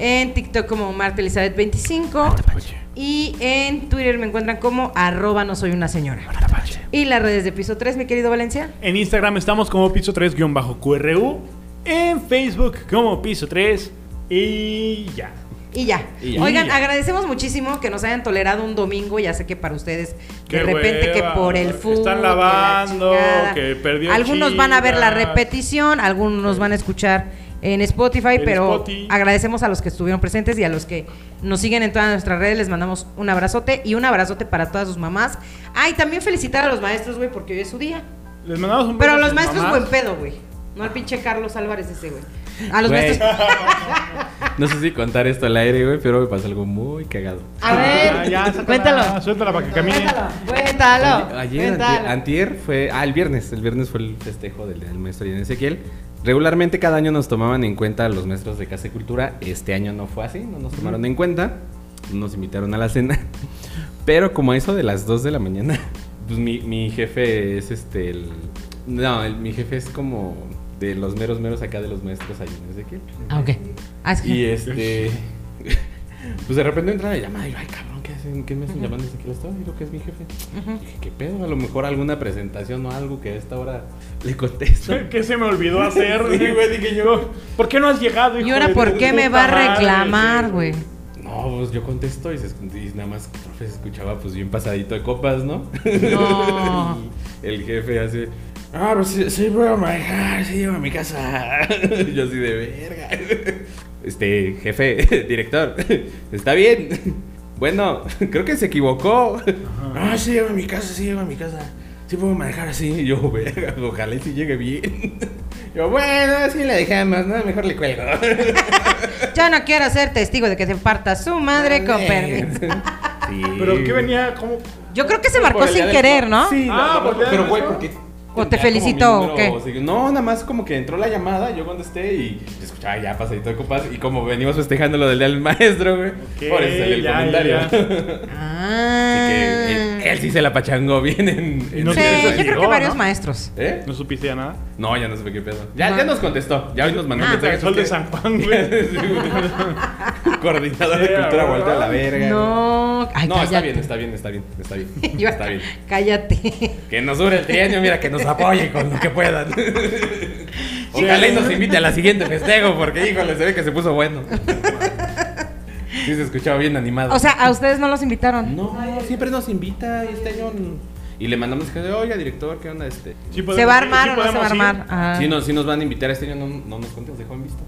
[SPEAKER 4] En TikTok como Marta Elizabeth 25. Y en Twitter me encuentran como arroba no soy una señora. Y las redes de piso 3, mi querido Valencia.
[SPEAKER 2] En Instagram estamos como piso 3-QRU. En Facebook como piso 3. Y ya.
[SPEAKER 4] Y ya.
[SPEAKER 3] Y ya.
[SPEAKER 4] Oigan,
[SPEAKER 2] Y ya.
[SPEAKER 4] agradecemos muchísimo que nos hayan tolerado un domingo. Ya sé que para ustedes, de
[SPEAKER 2] Qué
[SPEAKER 4] repente,
[SPEAKER 2] hueva,
[SPEAKER 4] que por el
[SPEAKER 2] que
[SPEAKER 4] fútbol.
[SPEAKER 2] están
[SPEAKER 4] que la
[SPEAKER 2] lavando,
[SPEAKER 4] chingada.
[SPEAKER 2] que perdió
[SPEAKER 4] Algunos van a ver la
[SPEAKER 2] Chivas.
[SPEAKER 4] repetición, algunos nos van a escuchar en Spotify,
[SPEAKER 2] En
[SPEAKER 4] pero
[SPEAKER 2] Spotify.
[SPEAKER 4] agradecemos a los que estuvieron presentes y a los que nos siguen en todas nuestras redes. Les mandamos un abrazote y un abrazote para todas sus mamás. Ay, también felicitar a los maestros, güey, porque hoy es su día.
[SPEAKER 2] Les mandamos un
[SPEAKER 4] Pero a
[SPEAKER 2] beso
[SPEAKER 4] los
[SPEAKER 2] sus
[SPEAKER 4] maestros,
[SPEAKER 2] mamás.
[SPEAKER 4] buen pedo, güey. No al pinche Carlos Álvarez ese, güey. A los
[SPEAKER 3] Güey.
[SPEAKER 4] maestros.
[SPEAKER 3] No sé si contar esto al aire, güey, pero me pasó algo muy cagado.
[SPEAKER 4] A ver,
[SPEAKER 2] Ya, ya, sácala,
[SPEAKER 4] cuéntalo.
[SPEAKER 2] Suéltala para que camine.
[SPEAKER 4] Cuéntalo, cuéntalo.
[SPEAKER 3] Ayer, antier,
[SPEAKER 4] cuéntalo.
[SPEAKER 3] antier fue. Ah, el viernes. El viernes fue el festejo del, del maestro Ian Ezequiel. Regularmente cada año nos tomaban en cuenta los maestros de Casa y Cultura. Este año no fue así, no nos tomaron en cuenta. No nos invitaron a la cena. Pero como a eso de las 2 de la mañana, pues mi, mi jefe es este. el- no, el- mi jefe es como de los meros meros acá de los maestros ahí en Ezequiel.
[SPEAKER 4] Ah, ok. Ah, es que-
[SPEAKER 3] eh, Y este. Pues de repente entra la llamada y yo, ay cabrón, ¿qué haces? sé en qué me están llamando, dice que le estaba viendo que es mi jefe. Dije, ¿qué pedo? A lo mejor alguna presentación o algo que a esta hora le contesto.
[SPEAKER 2] ¿Qué se me olvidó hacer?
[SPEAKER 3] Sí, güey, dije yo.
[SPEAKER 2] ¿Por qué no has llegado, hijo
[SPEAKER 4] ¿Y ahora
[SPEAKER 2] de
[SPEAKER 4] por
[SPEAKER 2] tu
[SPEAKER 4] qué me
[SPEAKER 2] puta
[SPEAKER 4] va
[SPEAKER 2] madre?
[SPEAKER 4] a reclamar, güey?
[SPEAKER 3] No, pues yo contesto y, se, escu- y nada más profe se escuchaba pues bien pasadito de copas, ¿no?
[SPEAKER 4] No.
[SPEAKER 3] Y el jefe hace, ah, pues sí, sí, bro, my God, sí, llevo a mi casa. Y yo así de verga. Este, jefe, director, está bien. Bueno, creo que se equivocó. Ah, sí, llevo a mi casa, sí, llevo a mi casa. Sí puedo manejar así. Y yo, verga, ojalá y sí llegue bien. Yo, bueno, así la dejamos, ¿no? Mejor le cuelgo.
[SPEAKER 4] Yo no quiero ser testigo de que se parta su madre con permiso.
[SPEAKER 3] Sí.
[SPEAKER 2] ¿Pero qué venía? ¿Cómo?
[SPEAKER 4] Yo creo que se
[SPEAKER 3] Por
[SPEAKER 4] marcó
[SPEAKER 3] el día
[SPEAKER 4] sin
[SPEAKER 3] del-
[SPEAKER 4] querer, ¿no?
[SPEAKER 3] Sí,
[SPEAKER 2] Ah,
[SPEAKER 3] no, no,
[SPEAKER 2] por el día
[SPEAKER 3] pero
[SPEAKER 2] del
[SPEAKER 3] güey,
[SPEAKER 2] beso.
[SPEAKER 3] porque.
[SPEAKER 4] ¿O te
[SPEAKER 3] Ya como
[SPEAKER 4] felicitó
[SPEAKER 3] mi
[SPEAKER 4] o
[SPEAKER 3] número,
[SPEAKER 4] qué?
[SPEAKER 3] sí, no, nada más como que entró la llamada, yo contesté y yo escuchaba ya pasadito de copas. Y como venimos festejando lo del día del maestro, güey. por eso salió el
[SPEAKER 2] ya,
[SPEAKER 3] comentario.
[SPEAKER 2] ya, ya.
[SPEAKER 4] Ah.
[SPEAKER 3] Así que él, él sí se la pachangó bien en. en
[SPEAKER 2] No
[SPEAKER 4] Sí,
[SPEAKER 3] el-
[SPEAKER 2] se
[SPEAKER 4] yo creo que
[SPEAKER 2] desanimó,
[SPEAKER 4] varios
[SPEAKER 2] ¿no?
[SPEAKER 4] maestros.
[SPEAKER 3] ¿Eh?
[SPEAKER 2] ¿No supiste ya nada?
[SPEAKER 3] No, ya no supe qué pedo. Ya,
[SPEAKER 4] No.
[SPEAKER 3] ya nos contestó. Ya hoy nos mandó un
[SPEAKER 4] Ah.
[SPEAKER 3] mensaje.
[SPEAKER 2] El sol de San Juan, güey.
[SPEAKER 3] Sí, güey. Coordinador de
[SPEAKER 2] Sí,
[SPEAKER 3] cultura,
[SPEAKER 2] güey.
[SPEAKER 3] voltea a la verga.
[SPEAKER 4] No. Ay,
[SPEAKER 3] No, está
[SPEAKER 4] cállate.
[SPEAKER 3] bien, está bien, está bien, está bien.
[SPEAKER 4] Yo-
[SPEAKER 3] Está bien.
[SPEAKER 4] Cállate.
[SPEAKER 3] Que nos dure el trienio, mira, que nos apoyen con lo que puedan. Ojalá y nos invite a la siguiente festejo, porque híjole, se ve que se puso bueno. Sí, se escuchaba bien animado.
[SPEAKER 4] O sea, a ustedes no los invitaron.
[SPEAKER 3] no, siempre nos invita y este año. n- Y le mandamos que, oiga, director, ¿qué onda este?
[SPEAKER 2] Sí podemos
[SPEAKER 4] ¿Se va a
[SPEAKER 2] ir,
[SPEAKER 4] armar
[SPEAKER 2] sí
[SPEAKER 4] o no se va a
[SPEAKER 2] podemos ir.
[SPEAKER 4] armar? Ah.
[SPEAKER 3] Sí, no, sí nos van a invitar este año, no, no nos contó, nos dejó en visto.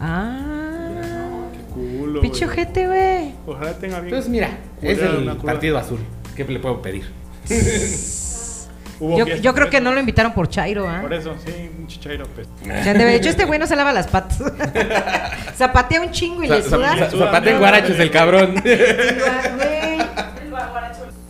[SPEAKER 4] Ah.
[SPEAKER 2] Qué culo,
[SPEAKER 4] Pinche
[SPEAKER 2] güey.
[SPEAKER 4] ojete, güey.
[SPEAKER 2] Ojalá tenga bien.
[SPEAKER 3] Entonces, mira, es
[SPEAKER 2] Culera,
[SPEAKER 3] el
[SPEAKER 2] una culera.
[SPEAKER 3] partido azul. ¿Qué le puedo pedir?
[SPEAKER 2] Hubo
[SPEAKER 4] Yo,
[SPEAKER 2] fiesta,
[SPEAKER 4] yo creo
[SPEAKER 2] por
[SPEAKER 4] que
[SPEAKER 2] eso.
[SPEAKER 4] no lo invitaron por Chairo, ¿ah?
[SPEAKER 2] Por eso, sí, un chichairo, pues.
[SPEAKER 4] Ya de hecho, este güey no se lava las patas. Zapatea un chingo y le
[SPEAKER 3] Za- za-
[SPEAKER 4] suda.
[SPEAKER 3] za- Zapata en guarachos, el cabrón.
[SPEAKER 4] Güey.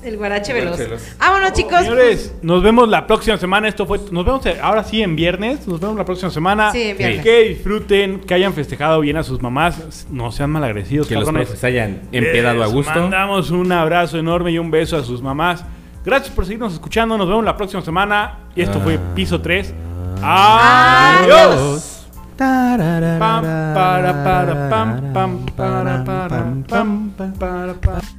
[SPEAKER 4] El guarache veloz.
[SPEAKER 3] veloz.
[SPEAKER 4] Vámonos, chicos. pues,
[SPEAKER 2] Señores, nos vemos la próxima semana. Esto fue. Nos vemos eh, ahora sí en viernes. Nos vemos la próxima semana.
[SPEAKER 4] Sí, en viernes.
[SPEAKER 2] Que disfruten, que hayan festejado bien a sus mamás. No sean malagradecidos,
[SPEAKER 3] Que los
[SPEAKER 2] cabrones.
[SPEAKER 3] profes hayan empedado a
[SPEAKER 2] Les
[SPEAKER 3] gusto.
[SPEAKER 2] Mandamos un abrazo enorme y un beso a sus mamás. Gracias por seguirnos escuchando. Nos vemos la próxima semana. Y esto fue
[SPEAKER 3] Ah.
[SPEAKER 2] Piso 3. Adiós. Pam, para, para, pam, pam, para, para, pam, para, para.